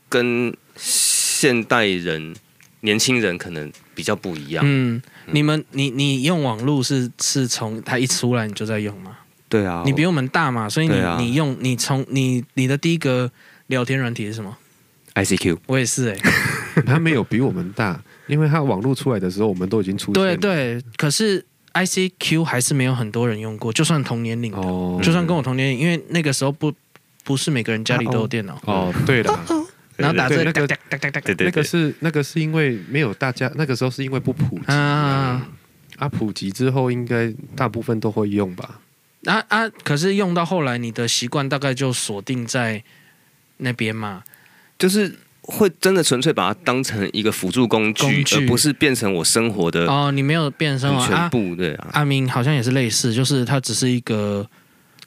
跟现代人、年轻人可能比较不一样。嗯，你们你你用网络是是从它一出来你就在用嘛？对啊你比我们大嘛，所以你、对啊你用你从你你的第一个聊天软体是什么？ ICQ，我也是哎、他没有比我们大，因为他网络出来的时候，我们都已经出现对了。对，可是 ICQ 还是没有很多人用过，就算同年龄的，哦，嗯嗯就算跟我同年龄，因为那个时候不不是每个人家里都有电脑，哦，对了， 然后打字对那个哒哒哒哒哒对对那个是那个是因为没有大家那个时候是因为不普及啊啊，普及之后应该大部分都会用吧？啊啊！可是用到后来，你的习惯大概就锁定在那边嘛。就是会真的纯粹把它当成一个辅助工具，工具而不是变成我生活的哦，你没有变生活全啊。部。对啊，阿明好像也是类似，就是它只是一个，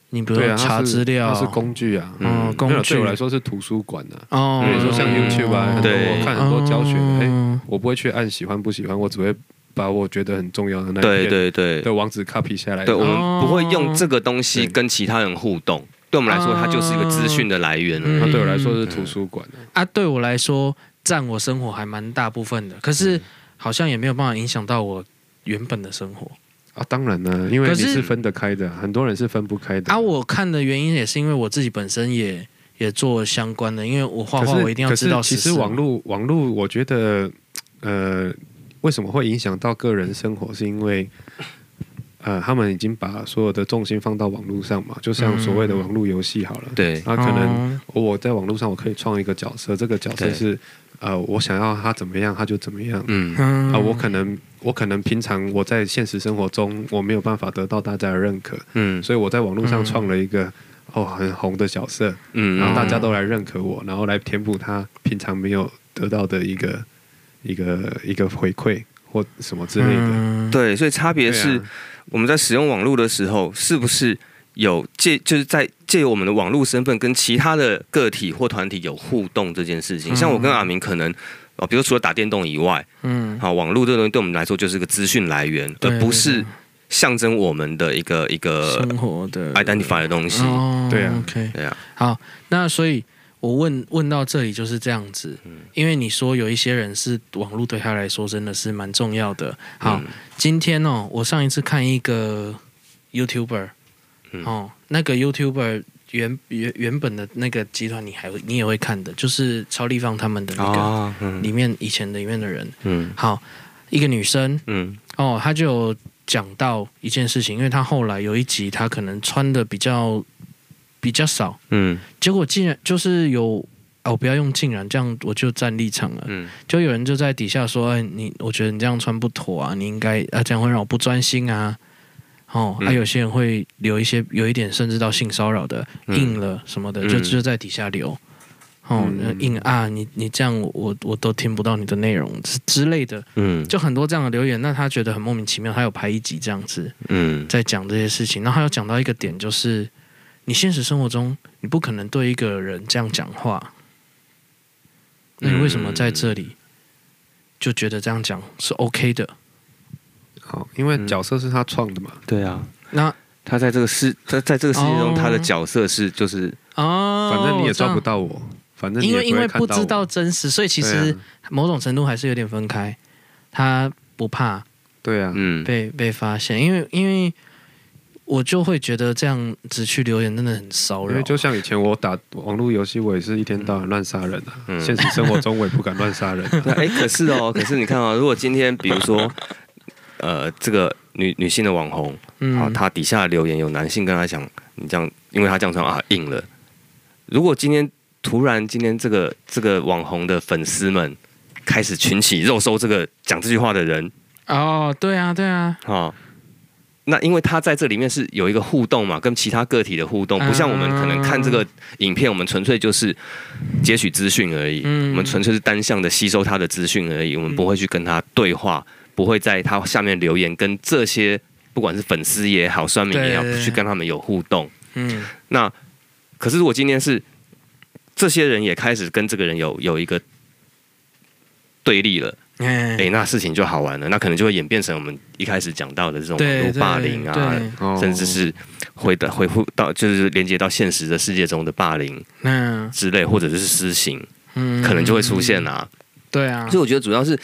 你比如对说啊，查它是资料它，是工具啊，嗯嗯，没工有具对我来说是图书馆啊。哦，比如说像 YouTube 啊，很多对我看很多教学的，哎，嗯我不会去按喜欢不喜欢，我只会把我觉得很重要的那一对篇对对的网址 copy 下来。对，我哦们不会用这个东西对跟其他人互动。对我们来说，它就是一个资讯的来源而哦那已。对我来说是图书馆啊。啊，对我来说占我生活还蛮大部分的，可是嗯好像也没有办法影响到我原本的生活。啊，当然呢，因为可你是是分得开的，啊很多人是分不开的啊，我看的原因也是因为我自己本身也也做相关的，因为我画可画是我一定要知道可是时其事实嘛网络网络，我觉得呃，为什么会影响到个人生活，是因为呃，他们已经把所有的重心放到网络上嘛，就像所谓的网络游戏好了。对那可能嗯哦我在网络上我可以创一个角色，这个角色对是呃，我想要他怎么样，他就怎么样。嗯，嗯啊、我可能我可能平常我在现实生活中我没有办法得到大家的认可，嗯所以我在网络上嗯创了一个、哦很红的角色，嗯，然后大嗯家都来认可我，然后来填补他平常没有得到的一个一个一个回馈或什么之类的。啊嗯对，所以差别也是我们在使用网络的时候，是不是有借，就是在借由我们的网络身份跟其他的个体或团体有互动这件事情？嗯像我跟阿明可能。哦，比如除了打电动以外，嗯，好，网络这个东西对我们来说就是个资讯来源，对而不是对象征我们的一个一呃个生活的 identify 的东西。哦，对啊，OK，对啊，好，那所以我问问到这里就是这样子，嗯因为你说有一些人是网络对他来说真的是蛮重要的。好，嗯今天哦，我上一次看一个 YouTuber，、嗯哦，那个 YouTuber 原原原本的那个集团，你还会你也会看的，就是超立方他们的那个、啊，嗯里面以前的里面的人。嗯好，一个女生嗯哦，她就有讲到一件事情，因为她后来有一集她可能穿的比较比较少，嗯结果竟然就是有。哦，不要用竟然这样，我就站立场了。嗯就有人就在底下说：“哎，你我觉得你这样穿不妥啊，你应该啊这样会让我不专心啊。”哦，嗯还、有些人会留一些有一点甚至到性骚扰的，嗯硬了什么的，嗯就就在底下留。哦，嗯硬啊，你你这样我我我都听不到你的内容之之类的，嗯就很多这样的留言，那他觉得很莫名其妙，他有拍一集这样子嗯在讲这些事情，然后他有讲到一个点，就是你现实生活中你不可能对一个人这样讲话，那你为什么在这嗯里就觉得这样讲是 OK 的？好，因嗯为角色是他创的嘛，对啊，那他在这个世在在这个世界中，哦他的角色是就是哦，反正你也这样抓不，到我，反正你因也为因为会看不到知我啊道真实，所以其实某种程度还是有点分开，他不怕。对啊，对啊嗯被被发现，因为因为我就会觉得这样子去留言真的很骚因扰为。就像以前我打网络游戏，我也是一天到晚乱杀人啊，嗯 现实生活中我也不敢乱杀 人啊、对啊，哎，可是哦，可是你看啊，如果今天比如 说，呃，这个女女性的网红，好，嗯，她底下留言有男性跟她讲，你这样，因为她这样穿啊硬了。如果今天突然今天这个这个网红的粉丝们开始群起肉搜这个讲这句话的人哦，对啊，对啊，啊、哦那因为他在这里面是有一个互动嘛，跟其他个体的互动，不像我们可能看这个影片，我们纯粹就是截取资讯而已。嗯，我们纯粹是单向的吸收他的资讯而已，我们不会去跟他对话，不会在他下面留言，跟这些不管是粉丝也好、酸民也好，对不去跟他们有互动。嗯那可是如果今天是这些人也开始跟这个人有有一个对立了，哎诶，那事情就好玩了，那可能就会演变成我们一开始讲到的这种网对络对霸凌啊，对，哦甚至是回到回复到就是连接到现实的世界中的霸凌那之类，或者是私刑，嗯可能就会出现啦、对啊所以，我觉得主要是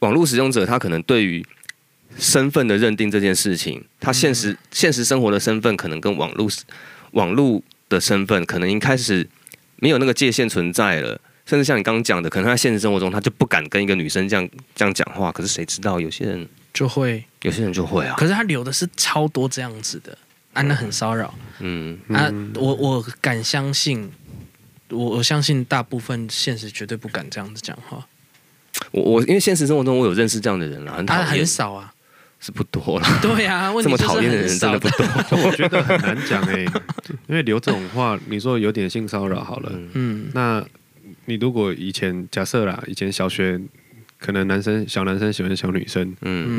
网络使用者他可能对于身份的认定这件事情，他现嗯实、现实生活的身份可能跟网络网络的身份可能已经开始没有那个界限存在了。甚至像你刚刚讲的，可能他在现实生活中他就不敢跟一个女生这样这样讲话，可是谁知道有些人就会，有些人就会啊，可是他留的是超多这样子的，啊，那很骚扰嗯啊嗯，我我敢相信。我我相信大部分现实绝对不敢这样子讲话，我我因为现实生活中我有认识这样的人啦，很讨他、厌，很少啊，是不多了，对啊，问题这么就是讨厌的很人真少的不多，我觉得很难讲哎、因为留这种话，你说有点性骚扰好了，嗯嗯那你如果以前假设啦，以前小学可能男生小男生喜欢小女生，嗯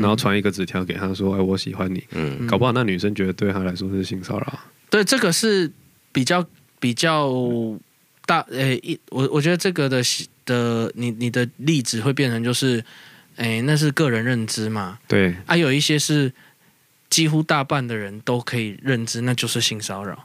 嗯然后传一个纸条给她说，哎，我喜欢你，嗯嗯搞不好那女生觉得对她来说是性骚扰，对，这个是比较比较大，呃、一我我觉得这个的的你你的例子会变成就是，诶、那是个人认知嘛，对，啊，有一些是几乎大半的人都可以认知，那就是性骚扰，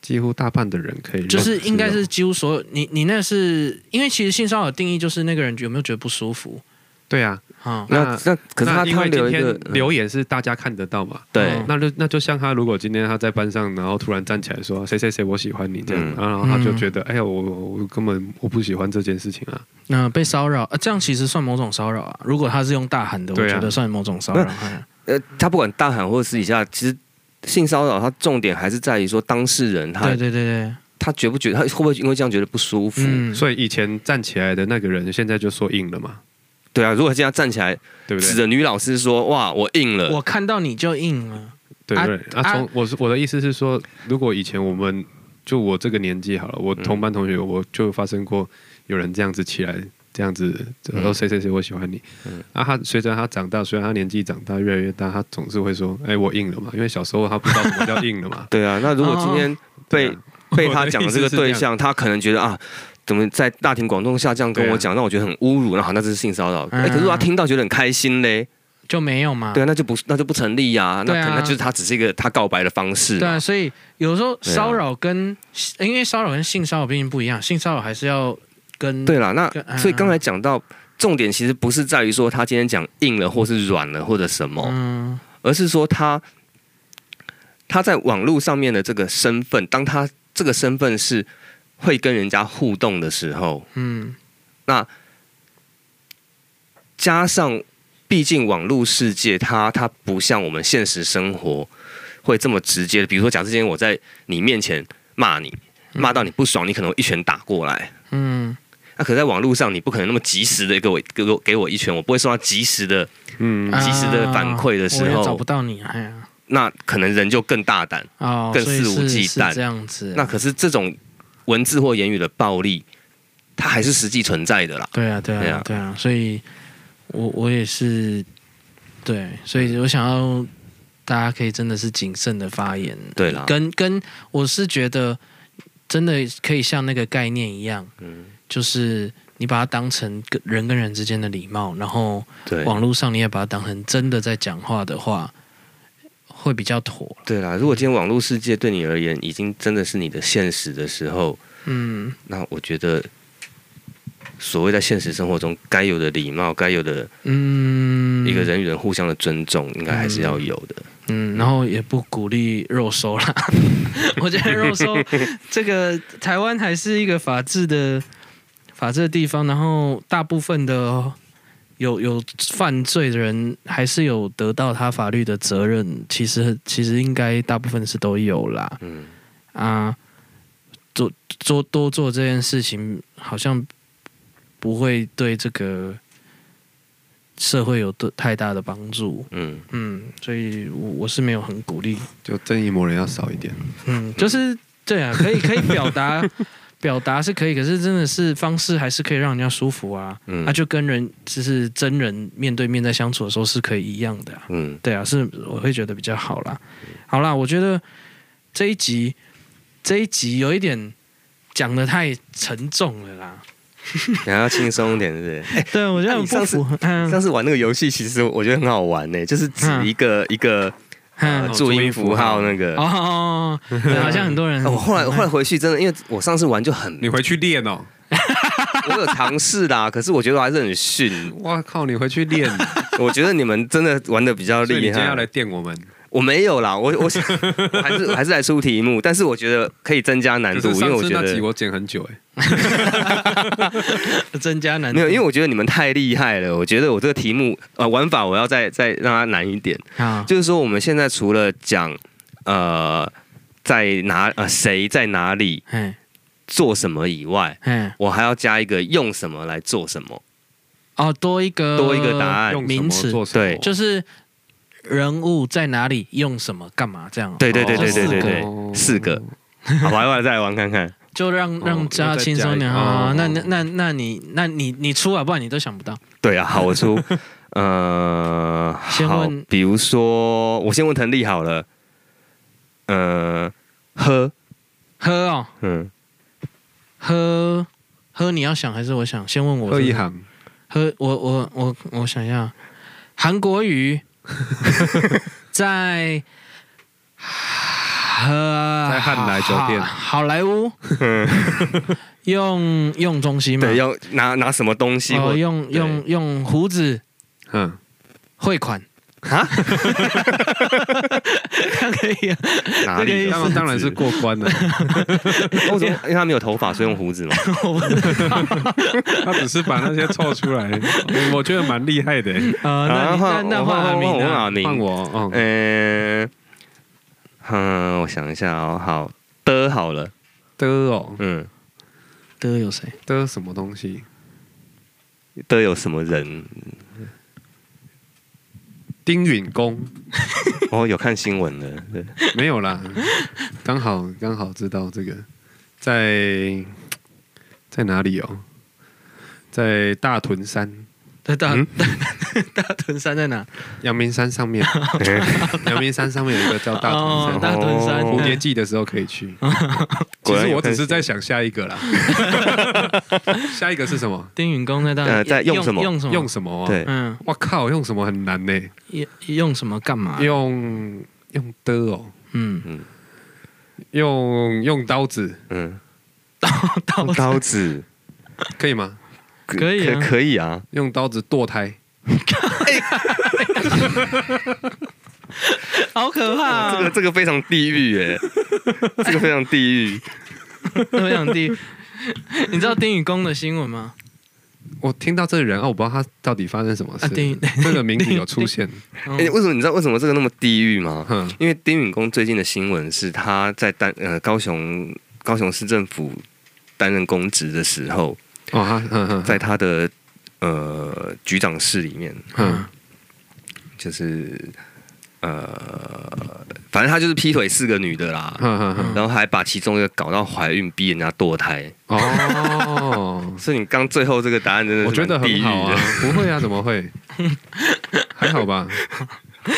几乎大嗯半的人可以，就是应该是几乎所有你你那是因为其实性骚扰定义就是那个人有没有觉得不舒服对啊，啊，那那那可是他那因他为今留一嗯个天留言是大家看得到嘛，对嗯那就那就像他，如果今天他在班上，然后突然站起来说谁谁谁我喜欢你这样，嗯然后他就觉得、哎呀我我我根本我不喜欢这件事情啊，那、被骚扰、啊，这样其实算某种骚扰啊，如果他是用大喊的，我对啊觉得算某种骚扰。那哎呃，他不管大喊或者私底下，其实性骚扰，他重点还是在于说当事人他对对对对，他觉不觉他会不会因为这样觉得不舒服？嗯，所以以前站起来的那个人现在就说硬了嘛，对啊，如果今天站起来对不指对？着女老师说：“哇，我硬呃了。，我看到你就硬了。对啊对对，啊，啊从我是我的意思是说，如果以前我们就我这个年纪好了，我同班同学我就发生过有人这样子起来。这样子，然后谁谁谁我喜欢你，啊，他随着他长大，随着他年纪长大越来越大，他总是会说，哎、我硬了嘛，因为小时候他不知道什么叫硬了 嘛对啊，那如哦果今天被、对啊 被他讲的这个对象，他可能觉得啊。怎么在大庭广众下这样跟我讲，那我觉得很侮辱，那好，那这是性骚扰。哎、啊嗯可是如果他听到觉得很开心嘞，就没有嘛。对啊，那就不那就不成立呀、那对啊可能那就是他只是一个他告白的方式对嘛。啊，所以有时候对啊啊骚扰跟、因为骚扰跟性骚扰毕竟不一样，性骚扰还是要跟对啦，那跟嗯所以刚才讲到重点，其实不是在于说他今天讲硬了，或是软了，或者什么，嗯而是说他他在网络上面的这个身份，当他这个身份是会跟人家互动的时候，嗯那加上毕竟网络世界它它不像我们现实生活会这么直接的，比如说假设今天我在你面前骂你，骂到你不爽，你可能会一拳打过来。嗯那可是在网络上，你不可能那么及时的给我给我给我一拳，我不会受到及时的，嗯，及时的反馈的时候啊我也找不到你，哎呀，那可能人就更大胆。哦，更所以肆无是忌惮是这样子。那可是这种文字或言语的暴力，它还是实际存在的啦。对啊，对对啊啊，对啊，所以我我也是，对，所以我想要大家可以真的是谨慎的发言，对啦，跟跟我是觉得真的可以像那个概念一样，嗯，就是你把它当成跟人跟人之间的礼貌，然后对，网络上你也把它当成真的在讲话的话，会比较妥。对啦。如果今天网络世界对你而言已经真的是你的现实的时候，嗯，那我觉得所谓在现实生活中该有的礼貌，该有的嗯，一个人与人互相的尊重，应该还是要有的。嗯，然后也不鼓励肉收 啦。我觉得肉收这个台湾还是一个法治的法治的地方，然后大部分的有有犯罪的人还是有得到他法律的责任。其实其实应该大部分是都有啦嗯，啊，做做多做这件事情，好像不会对这个社会有多太大的帮助。嗯，嗯，所以我我是没有很鼓励，就正义魔人要少一点。嗯，就是对啊， 可以可以表达表达是可以，可是真的是方式还是可以让人家舒服啊，嗯那、就跟人就是真人面对面在相处的时候是可以一样的、啊，嗯，对啊，是我会觉得比较好啦。好啦，我觉得这一集这一集有一点讲的太沉重了啦，然后要轻松一点，对不对？对我觉得很那哎不你上次符合， 嗯上次玩那个游戏，其实我觉得很好玩呢、就是指一个一个、呃嗯，注音符号那个。哦哦哦，哦对好像很多人， 我后来后来回去真的，因为我上次玩就很，嗯你回去练哦！我有尝试 啦，可是我觉得我还是很逊。哇靠，你回去练，我觉得你们真的玩的比较所以厉你今天要害来。电我们，我没有啦，我我想我还是我还是来出题目，但是我觉得可以增加难可度因为是，上我次觉那集得我剪很久哎、 增加难度没有，因为我觉得你们太厉害了。我觉得我这个题目呃玩法我要再再让它难一点。啊，就是说，我们现在除了讲呃在哪呃谁在哪里哎做什么以外，哎。我还要加一个用什么来做什么。哦，多一个多一个答案用什名么词做什么对就是人物在哪里用什么干嘛这样，对对对对对对对，哦四个。好，玩玩再来玩看看。就让让哦大家又再轻松一点加一个啊。哦那那那那你那你你出啊，不然你都想不到。对啊，好，我出。呃，先好问，比如说，我先问腾力好了。呃，喝，喝哦，嗯，喝喝，你要想还是我想？先问我喝一是不是行，喝，我我我我想一下，韩国 语在。呃在汉来酒店 好好莱 坞用用中西嘛，对，要拿拿什么东西哦，或用对用用胡子嗯，汇款 啊？这样可以啊？哪里的当胡然子？当然是过关了，为什么？因为他没有头发，所以用胡子嘛。我不知道他只是把那些凑出来， 我觉得蛮厉害的、欸。呃，那 啊你那那换我换阿换我明换啊，阿明换。我，嗯，嗯，嗯，我想一下哦，好的，好了，的哦，嗯，的有谁？ 的什么东西？的有什么人？丁允恭哦，有看新闻了，对，没有啦， 刚好刚好知道这个在在哪里哦，在大屯山大大嗯大屯山在哪？阳明山上面， 阳明山上面有一个叫大屯哦山，，大屯山嗯哦蝴蝶季的时候可以去。 其果然实有我看只是在想下一个啦， 下一个是什么？丁允恭在大呃在用什么用什么用什么、啊？，对，嗯，我靠，用什么很难呢、欸用用什么干啊嘛？用用的哦，嗯，用用刀子嗯，刀刀子刀子哦可以吗？可以啊可以啊，用刀子剁胎，好可怕这个啊！这个非常地狱 哎、这个非常地狱。我想第， 你知道丁允恭的新闻吗？我听到这个人啊，我不知道他到底发生什么事。啊 丁这个名字有 出现，嗯哦哎、为什么你知道为什么这个那么地狱吗？哼，因为丁允恭最近的新闻是他在担呃高雄高雄市政府担任公职的时候，哦，他哼哼，在他的呃局长嗯室里面，哼，就是呃，反正他就是劈腿四个女的啦，哈哈哈嗯然后还把其中一个搞到怀孕，逼人家堕胎。哦，所以你刚最后这个答案真 的是我觉得蛮地很狱好啊的，，不会啊，怎么会？还 好吧？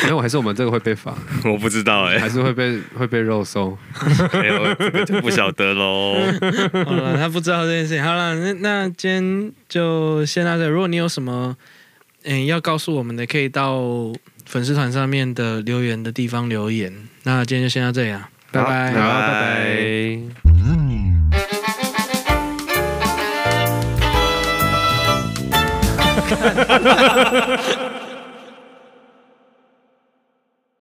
没有，还是我们这个会被罚，我不知道哎、还是会被会被肉搜。没有哎这个就不晓得喽。好了，他不知道这件事情。好了，那那今天就先到这里。如果你有什么嗯要告诉我们的，可以到粉丝团上面的留言的地方留言。那今天就先到这里啊，拜 拜。好，拜拜拜。